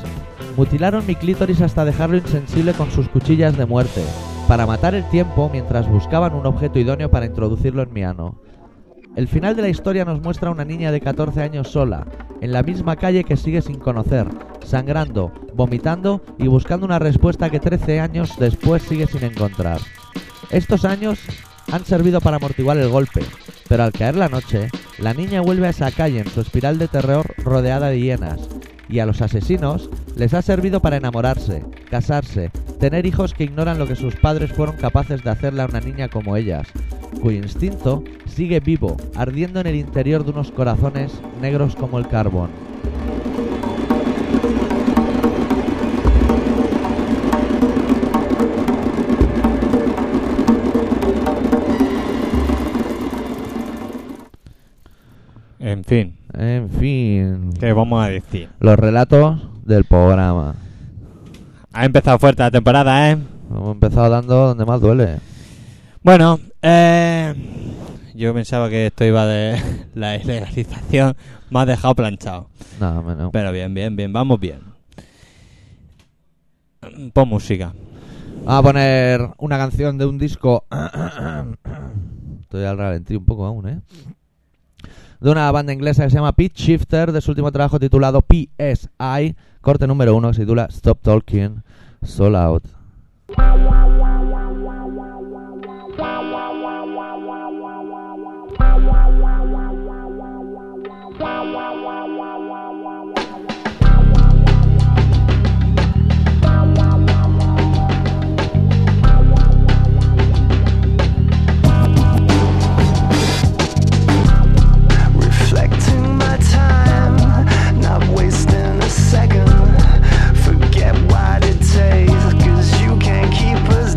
Mutilaron mi clítoris hasta dejarlo insensible con sus cuchillas de muerte, para matar el tiempo mientras buscaban un objeto idóneo para introducirlo en mi ano. El final de la historia nos muestra a una niña de 14 años sola, en la misma calle que sigue sin conocer, sangrando, vomitando y buscando una respuesta que 13 años después sigue sin encontrar. Estos años han servido para amortiguar el golpe, pero al caer la noche, la niña vuelve a esa calle en su espiral de terror rodeada de hienas, y a los asesinos les ha servido para enamorarse, casarse, tener hijos que ignoran lo que sus padres fueron capaces de hacerle a una niña como ellas, cuyo instinto sigue vivo, ardiendo en el interior de unos corazones negros como el carbón.
En fin,
En fin,
¿qué vamos a decir?
los relatos del programa.
Ha empezado fuerte la temporada, ¿eh?
Hemos empezado dando donde más duele.
Bueno, eh, yo pensaba que esto iba de la ilegalización. Me ha dejado planchado.
Nada menos.
Pero bien, bien, bien. Vamos bien. Pon música.
Vamos a poner una canción de un disco. Estoy al ralentí un poco aún, ¿eh? De una banda inglesa que se llama Pitch Shifter, de su último trabajo titulado PSI, corte número uno que se titula Stop Talking, Soul Out.
Reflecting my time, not wasting a second. Forget what it takes, 'cause you can't keep us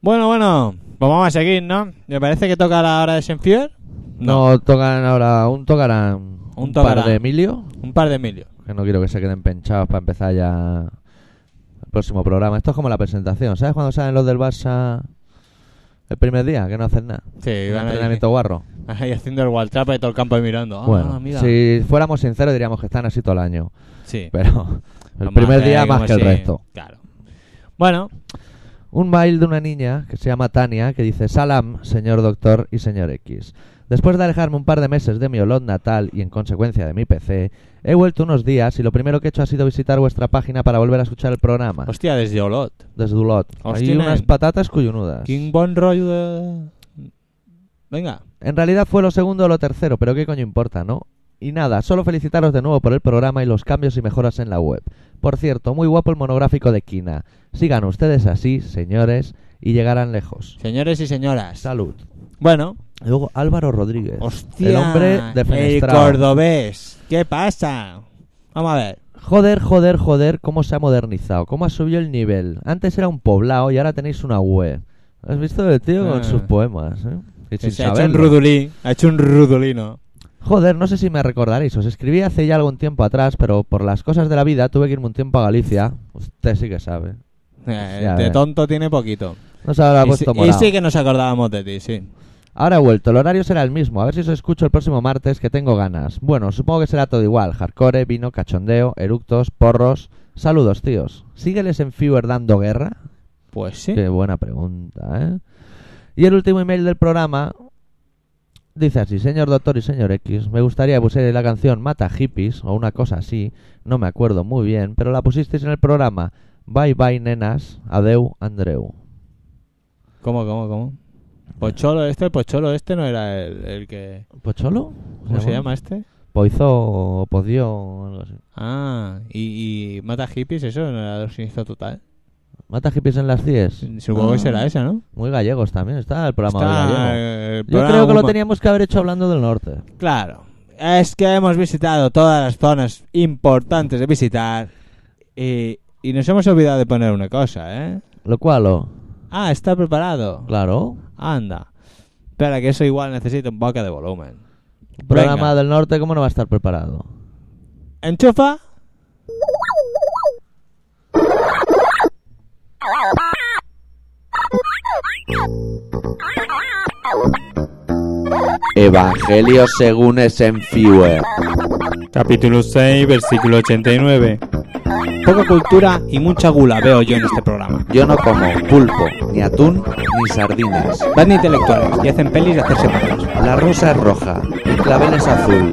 Bueno, bueno, pues vamos a seguir, ¿no? Me parece que toca la hora de Senfier.
No, tocan ahora, un tocarán un, par
tocarán.
de Emilio,
Un par de Emilio.
que no quiero que se queden penchados para empezar ya el próximo programa. Esto es como la presentación, ¿sabes? Cuando salen los del Barça el primer día, que no hacen nada.
Sí,
Un
van ahí,
entrenamiento guarro.
van ahí haciendo el gualtrapa y todo el campo ahí mirando. Ah,
bueno,
mira.
si fuéramos sinceros diríamos que están así todo el año,
Sí.
pero el
Vamos
primer
a
día
hacer
más
como
que el
si-
resto.
Claro. Bueno,
Un mail de una niña que se llama Tania que dice Salam, señor doctor y señor X. Después de alejarme un par de meses de mi olot natal y en consecuencia de mi PC, he vuelto unos días y lo primero que he hecho ha sido visitar vuestra página para volver a escuchar el programa.
hostia, desde Olot.
Desde Ulot.
Os
Hay
tienen-
unas patatas cuyunudas.
King Bon rollo de... Venga.
En realidad fue lo segundo o lo tercero, pero qué coño importa, ¿no? Y nada, solo felicitaros de nuevo por el programa y los cambios y mejoras en la web. Por cierto, muy guapo el monográfico de Kina. Sigan ustedes así, señores, y llegarán lejos.
Señores y señoras.
Salud.
Bueno.
Luego Álvaro Rodríguez.
Hostia.
El hombre
El
defenestrado.
cordobés. ¿Qué pasa? Vamos a ver.
Joder, joder, joder, cómo se ha modernizado, cómo ha subido el nivel. Antes era un poblado y ahora tenéis una web. ¿Has visto el tío con
Ah.
sus poemas? ¿eh? Y sin
Se ha hecho un
saberlo.
rudulín. Ha hecho un rudulino.
Joder, no sé si me recordaréis, os escribí hace ya algún tiempo atrás, pero por las cosas de la vida tuve que irme un tiempo a Galicia. Usted sí que sabe.
Eh,
Ya
de
ves.
tonto tiene poquito.
No se habrá
Y sí-
puesto
y
morado.
sí que nos acordábamos de ti, sí.
Ahora he vuelto, el horario será el mismo, a ver si os escucho el próximo martes que tengo ganas. Bueno, supongo que será todo igual, hardcore, vino, cachondeo, eructos, porros... Saludos, tíos. ¿Sígueles en Fever dando guerra?
Pues sí.
Qué buena pregunta, ¿eh? Y el último email del programa dice así, señor doctor y señor X, me gustaría que pusierais la canción Mata Hippies o una cosa así, no me acuerdo muy bien, pero la pusisteis en el programa. Bye bye nenas, adeu Andreu.
¿Cómo, cómo, cómo? Pocholo este, Pocholo este no era el, el que...
¿Pocholo?
¿Cómo se llama este?
Poizó o Podio o algo así.
Ah, y, y Mata Hippies, eso no era el siniestro total.
Mata Hippies en las CIES.
Supongo
Ah.
que será esa, ¿no?
Muy gallegos también, está el programa muy
Está,
gallego.
eh, el
Yo
programa
creo que lo
Guzmán.
teníamos que haber hecho hablando del norte.
Claro. Es que hemos visitado todas las zonas importantes de visitar y, y nos hemos olvidado de poner una cosa, ¿eh?
Lo cual, o-
Ah, está preparado.
claro,
Anda. Espera, que eso igual necesita un poco de volumen.
programa
Venga.
del norte, ¿cómo no va a estar preparado?
Enchufa.
Evangelio según Esenfiewer.
Capítulo 6, versículo 89. Poca cultura y mucha gula veo yo en este programa.
Yo no como pulpo, ni atún, ni sardinas.
Van de intelectuales y hacen pelis de hacerse palos.
La rosa es roja, el clavel es azul.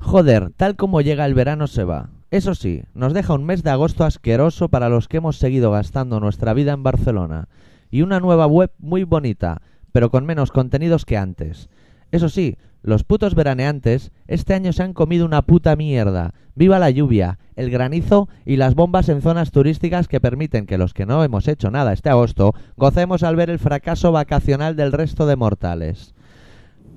Joder, tal como llega el verano se va. Eso sí, nos deja un mes de agosto asqueroso para los que hemos seguido gastando nuestra vida en Barcelona. Y una nueva web muy bonita, pero con menos contenidos que antes. Eso sí, los putos veraneantes este año se han comido una puta mierda. Viva la lluvia, el granizo y las bombas en zonas turísticas que permiten que los que no hemos hecho nada este agosto gocemos al ver el fracaso vacacional del resto de mortales.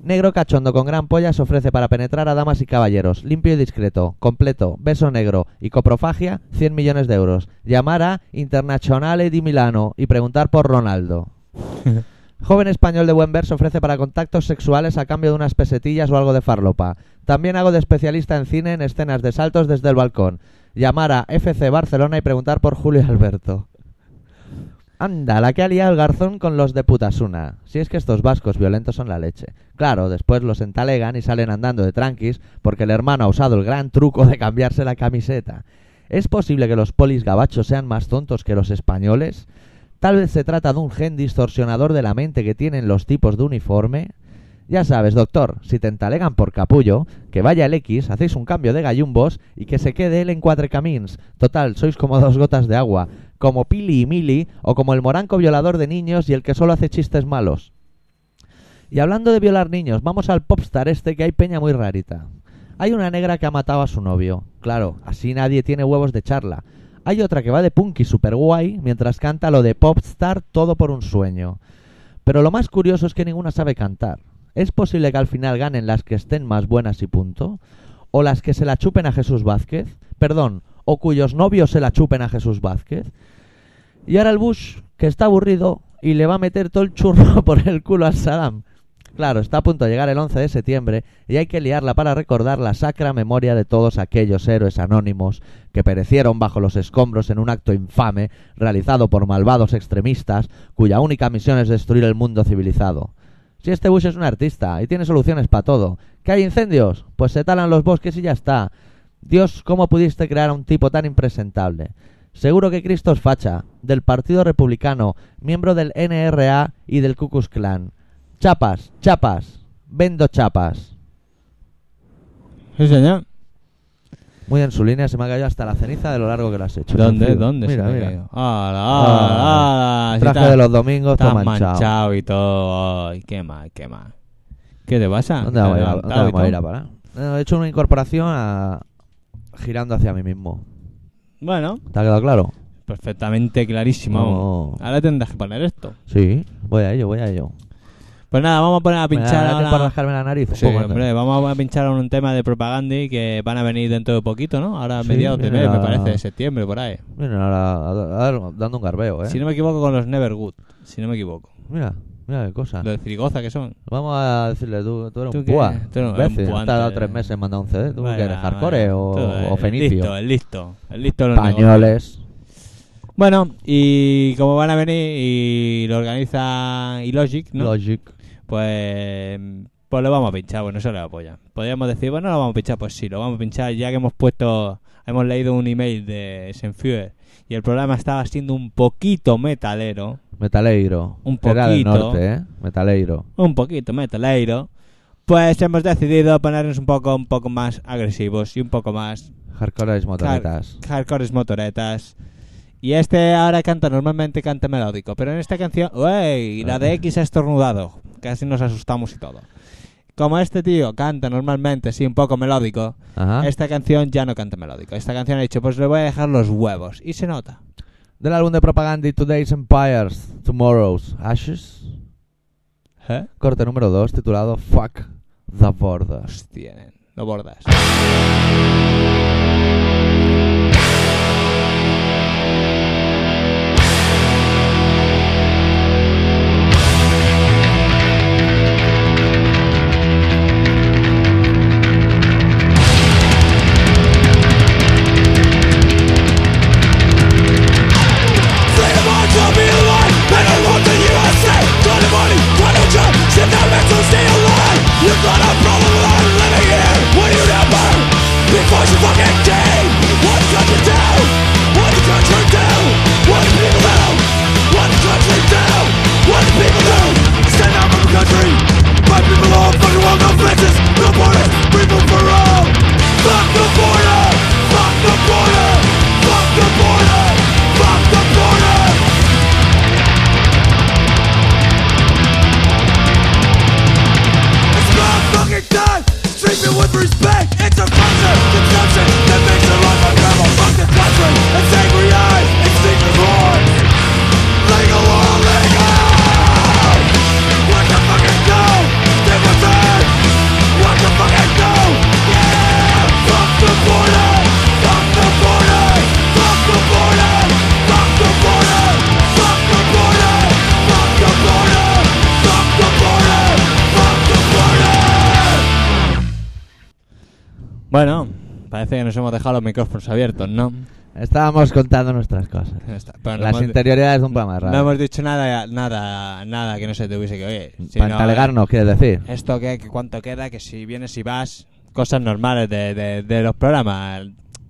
Negro cachondo con gran polla se ofrece para penetrar a damas y caballeros, limpio y discreto, completo, beso negro y coprofagia, 100 millones de euros. Llamar a Internazionale di Milano y preguntar por Ronaldo. Joven español de buen ver se ofrece para contactos sexuales a cambio de unas pesetillas o algo de farlopa. También hago de especialista en cine en escenas de saltos desde el balcón. Llamar a FC Barcelona y preguntar por Julio Alberto. Anda, la que ha liado el garzón con los de putasuna. Si es que estos vascos violentos son la leche. Claro, después los entalegan y salen andando de tranquis porque el hermano ha usado el gran truco de cambiarse la camiseta. ¿Es posible que los polis gabachos sean más tontos que los españoles? Tal vez se trata de un gen distorsionador de la mente que tienen los tipos de uniforme. Ya sabes, doctor, si te entalegan por capullo, que vaya el X, hacéis un cambio de gallumbos y que se quede él en cuatro camins. Total, sois como dos gotas de agua. como Pili y Mili, o como el moranco violador de niños y el que solo hace chistes malos. Y hablando de violar niños, vamos al popstar este que hay peña muy rarita. Hay una negra que ha matado a su novio. Claro, así nadie tiene huevos de charla. Hay otra que va de punky super guay mientras canta lo de popstar todo por un sueño. Pero lo más curioso es que ninguna sabe cantar. ¿Es posible que al final ganen las que estén más buenas y punto? ¿O las que se la chupen a Jesús Vázquez? Perdón, o cuyos novios se la chupen a Jesús Vázquez. Y ahora el Bush, que está aburrido y le va a meter todo el churro por el culo a Saddam. Claro, está a punto de llegar el 11 de septiembre y hay que liarla para recordar la sacra memoria de todos aquellos héroes anónimos que perecieron bajo los escombros en un acto infame realizado por malvados extremistas cuya única misión es destruir el mundo civilizado. Si este Bush es un artista y tiene soluciones para todo, ¿que hay incendios? Pues se talan los bosques y ya está. Dios, ¿cómo pudiste crear a un tipo tan impresentable? Seguro que Cristo es facha, del Partido Republicano, miembro del NRA y del Ku Klux Klan. Chapas, chapas, vendo chapas.
Sí, señor.
Muy en su línea, se me ha caído hasta la ceniza de lo largo que lo has hecho.
¿Dónde?
Sufrido.
¿Dónde?
Mira,
se me ha
mira.
caído? ¡Hala, hala!
Ah,
Si
traje
está-
de los domingos,
está
está manchado.
y todo. Ay, qué mal, qué mal. ¿Qué te pasa?
¿Dónde
Te
vamos a ir a-
has
dónde
levantado y
vamos a ir a
todo.
parar? Eh, He hecho una incorporación a- girando hacia mí mismo.
Bueno,
¿Te ha quedado claro?
perfectamente clarísimo.
No.
Ahora tendrás que poner esto.
Sí, voy a ello, voy a ello.
Pues nada, vamos a poner
¿Me
a
da
pinchar
tiempo a
ahora.
rascarme la nariz? un
Sí,
poco antes?
hombre, vamos a pinchar ahora un tema de propaganda y que van a venir dentro de poquito, ¿no? Ahora a
Sí,
mediados de mes,
mira.
me parece, de septiembre, por ahí.
Mira, ahora, a- a- dando un garbeo, ¿eh?
Si no me equivoco, con los Nevergood, si no me equivoco.
Mira, mira qué cosa.
Los de Zirigoza que son.
Vamos a decirle, tú, tú eres
¿Tú
un
qué?
púa.
Tú eres un
imbécil.
púa
Has tardado
antes de-
tres meses en mandar un CD. Eh, ¿Tú
Vaya,
qué eres,
vaya.
hardcore o,
Tú, eh,
o fenicio?
El listo, el listo. de los negocios.
Españoles.
Bueno, y como van a venir y lo organiza Ilogic, ¿no?
Logic.
Pues, pues lo vamos a pinchar, bueno, eso le apoya. Podríamos decir, bueno, lo vamos a pinchar, pues sí, lo vamos a pinchar ya que hemos puesto, hemos leído un email de Senfuer y el programa estaba siendo un poquito metalero,
Metaleiro.
Un
Era del
poquito.
norte, ¿eh? Metaleiro.
un poquito metalero, pues hemos decidido ponernos un poco, un poco más agresivos y un poco más
Hardcore motoretas.
Hard- hardcores motoretas. Y este ahora canta, normalmente canta melódico, pero en esta canción, ¡Uey! La de X ha estornudado. Casi nos asustamos y todo. Como este tío canta normalmente, sí, un poco melódico,
Ajá.
esta canción ya no canta melódico. Esta canción ha dicho, pues le voy a dejar los huevos. Y se nota.
Del álbum de propaganda Today's Empires, Tomorrow's Ashes. Corte número 2, titulado Fuck the Border.
Hostia, nen, no bordas.
Freedom ought to be the line, and I want the USA. Johnny Money, why don't you sit down and so stay alive? You got a problem with I'm living here. What do you number? Before you fucking came, what did country do? What did country do? What did people do? What did country do? What did people do? Stand up for the country. My people all fucking want no fences, no borders, free food for all. Fuck the border, fuck the border, fuck the border, fuck the border. It's my fucking time. Treat me with respect. It's a culture, consumption that makes it like my grandma. Fuck the country. It's angry eyes. It's secret voice. Legal or illegal. What the fuck is no? Difference. What the fuck is no? Yeah. Fuck the border. Fuck the border. Fuck the border. Fuck the border. Fuck the border. Fuck the border. Fuck the border. Fuck the border.
Bueno, parece que nos hemos dejado los micrófonos abiertos, ¿no?
Estábamos contando nuestras cosas.
Ya está. Pero no
Las
hemos-
interioridades de un programa
No
raro.
hemos dicho nada, nada, nada que no se te hubiese que oír. Si no, eh.
Pantalegarnos, quieres decir.
esto que, que cuánto queda, que si vienes y vas, cosas normales de, de- de los programas.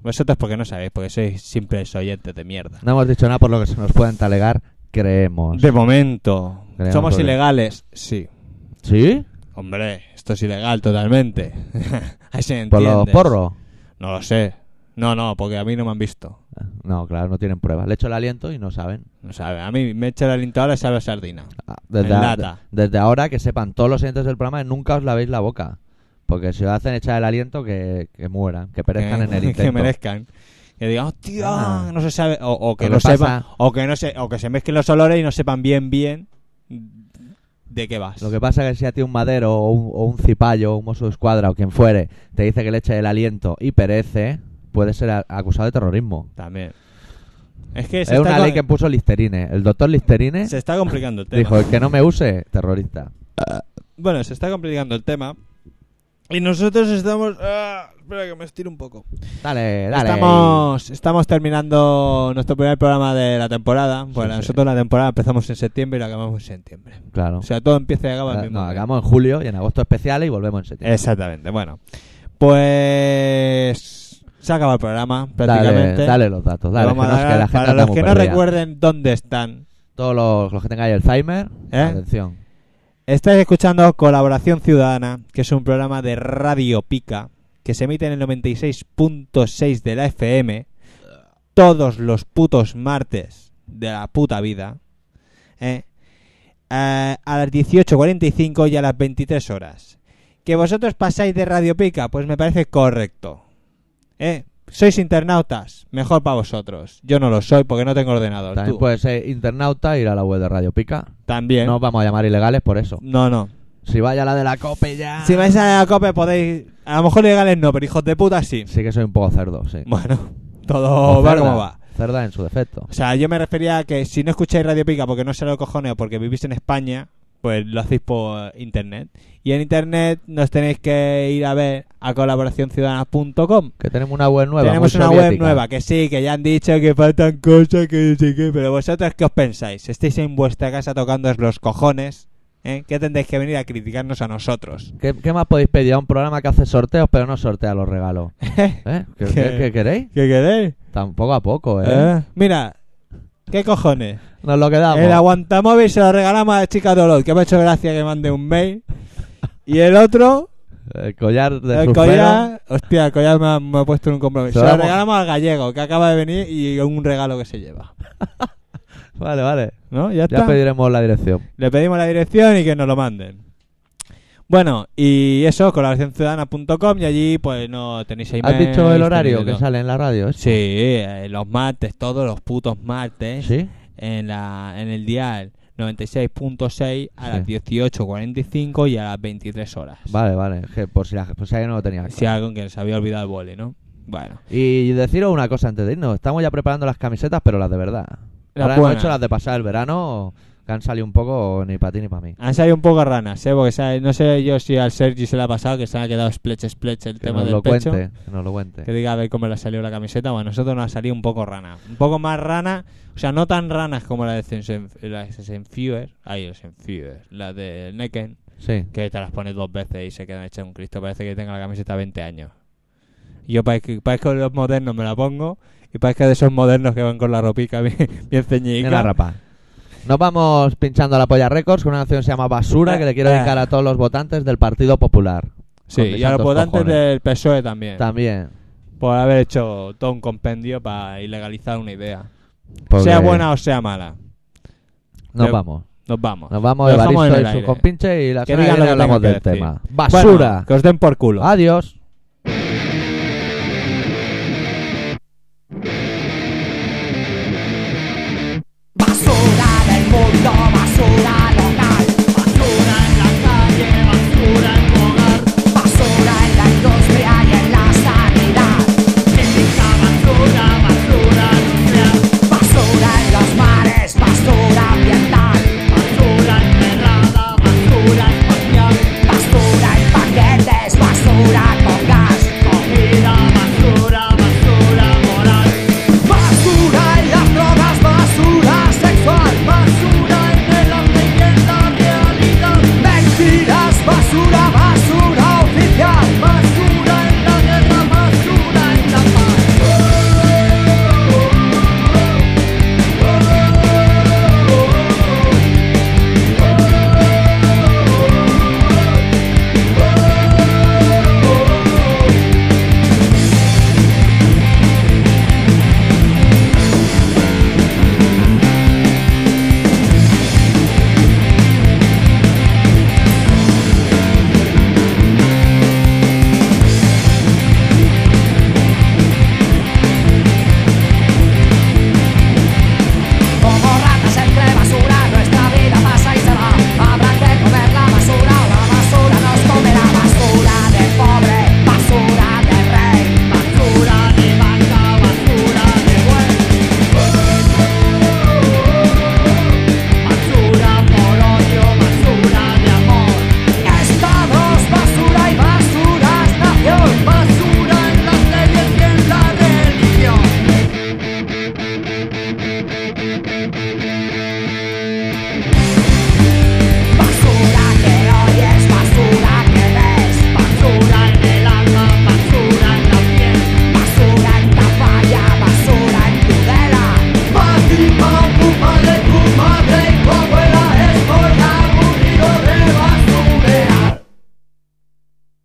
Vosotros porque no sabéis, porque sois simples oyentes de mierda.
No hemos dicho nada por lo que se nos pueden talegar, creemos.
De momento,
Creemos
somos
porque-
ilegales, sí.
¿Sí?
Hombre, esto es ilegal totalmente. Así
¿Por los
entiendes.
porros?
No lo sé. No, no, porque a mí no me han visto.
No, claro, no tienen pruebas. Le echo el aliento y no saben.
No sabe, a mí me echa el aliento ahora y sabe a sardina.
Ah, Desde,
En
a-
lata.
de- desde ahora que sepan todos los siguientes del programa, nunca os lavéis la boca. Porque si os hacen echar el aliento, que, que mueran, que perezcan
que,
en el
que
intento.
merezcan. Que digan, hostia,
Ah.
no se sabe. O, o que
Lo
no
que pasa-
sepan. O que, no se, o que se mezclen los olores y no sepan bien, bien de qué vas.
Lo que pasa es que si a ti un madero o un, o un cipallo o un mozo de escuadra o quien fuere te dice que le eches el aliento y perece, puede ser a- acusado de terrorismo.
También. Es que se,
Es
está,
una ley
co-
que puso Listerine. El doctor Listerine
se está complicando el tema.
dijo, el que no me use, terrorista.
Bueno, se está complicando el tema. Y nosotros estamos. ah, espera que me estiro un poco.
Dale, dale.
Estamos, estamos terminando nuestro primer programa de la temporada. Bueno,
sí.
nosotros la temporada empezamos en septiembre y la acabamos en septiembre.
Claro.
O sea, todo empieza y acaba el
Nos
mismo. día.
hagamos en julio y en agosto especiales y volvemos en septiembre.
Exactamente, bueno. Pues se acaba el programa prácticamente.
Dale, dale los datos, dale.
Vamos
que
a
nos- que
dar-
la gente
para
está
los
muy
que no
perdida.
recuerden dónde están,
Todos los, los que tengáis Alzheimer,
¿Eh?
atención.
estáis escuchando Colaboración Ciudadana, que es un programa de Radio Pica, que se emite en el 96.6 de la FM todos los putos martes de la puta vida. ¿eh? Eh, a las 18.45 y a las 23 horas. ¿Que vosotros pasáis de Radio Pica? Pues me parece correcto. ¿Eh? ¿Sois internautas? Mejor para vosotros. Yo no lo soy porque no tengo ordenador.
También
Tú.
puede ser internauta ir a la web de Radio Pica.
También.
No os vamos a llamar ilegales por eso.
No, no.
Si vaya la de la cope ya.
Si vais a la COPE podéis... A lo mejor legales no, pero hijos de puta sí.
Sí que soy un poco cerdo, sí.
Bueno,
O
todo va
cerda,
como oh, va.
Cerda en su defecto.
O sea, yo me refería a que si no escucháis Radio Pica porque no se lo cojones o porque vivís en España, pues lo hacéis por internet. Y en internet nos tenéis que ir a ver a colaboracionciudadana.com.
Que tenemos una web nueva.
Tenemos
muy
una web
soviética.
nueva, que sí, que ya han dicho que faltan cosas, que no sé qué, pero vosotros qué os pensáis? ¿Estáis en vuestra casa tocándoos los cojones? ¿eh? ¿Qué tendréis que venir a criticarnos a nosotros?
¿Qué, qué más podéis pedir? A un programa que hace sorteos, pero no sortea los regalos.
¿Qué
¿Eh? ¿Qué,
¿Qué?
qué- qué queréis?
queréis?
Tampoco a poco, ¿eh?
¿Eh? Mira, ¿qué cojones?
Nos lo quedamos.
El aguantamóvil se lo regalamos a la chica Dolor, que me ha hecho gracia que mande un mail. Y el otro,
El collar de
el
sus
collar, hostia, el collar me ha, me ha puesto en un
Se
compromiso. Se
lo
lo
damos-
regalamos al gallego, que acaba de venir, y un regalo que se lleva.
pelos. Vale, vale.
¿No? Ya
Ya
está.
pediremos la dirección.
Le pedimos la dirección y que nos lo manden. Bueno, y eso, colaboracionciudadana.com y allí pues no tenéis ahí
¿Has dicho el horario que sale en la radio? ¿eh?
Sí, eh, los martes, todos los putos martes.
¿Sí?
en, la, en el dial 96.6 a las
Sí.
18.45 y a las 23 horas.
Vale, vale. es que por si, la, por si alguien no lo tenía.
Si
claro.
algo que se había olvidado el boli, ¿no? Bueno.
Y deciros una cosa antes de irnos. Estamos ya preparando las camisetas, pero las de verdad.
Las
Ahora hemos
buenas.
hecho las de pasar el verano, que han salido un poco ni para ti ni para mí.
Han salido un poco ranas, ¿eh? Porque sabe- no sé yo si al Sergi se le ha pasado que se le ha quedado splech, splech el
Que
tema
nos
del
lo
pecho.
cuente, que nos lo cuente.
Que diga a ver cómo le ha salido la camiseta. Bueno, a nosotros nos ha salido un poco rana. Un poco más rana, o sea, no tan ranas como la de Sensen- la de Senfuer. Ay, el Senfuer. La de Necken.
Sí.
que te las pones dos veces y se quedan hechas un cristo. Parece que tenga la camiseta 20 años. Yo parezco, parezco de los modernos, me la pongo. Y parezco de esos modernos que van con la ropica bien, bien ceñica.
En la rapa. Nos vamos pinchando a la polla Records con una canción que se llama Basura que le quiero
Eh.
dedicar a todos los votantes del Partido Popular.
Sí,
Con mis
y a los
santos
votantes
cojones.
del PSOE E también.
También.
por haber hecho todo un compendio para ilegalizar una idea.
porque
Sea buena o sea mala.
Nos
Pero-
vamos.
Nos vamos.
Nos vamos
Lo
de
dejamos en
Baristo
el
y sus
aire.
compinches y la
Que
semana
digan
que
lo
viene
que
hablamos
tengan que
del
decir.
tema.
Bueno,
Basura.
que os den por culo.
Adiós.
basura del mundo,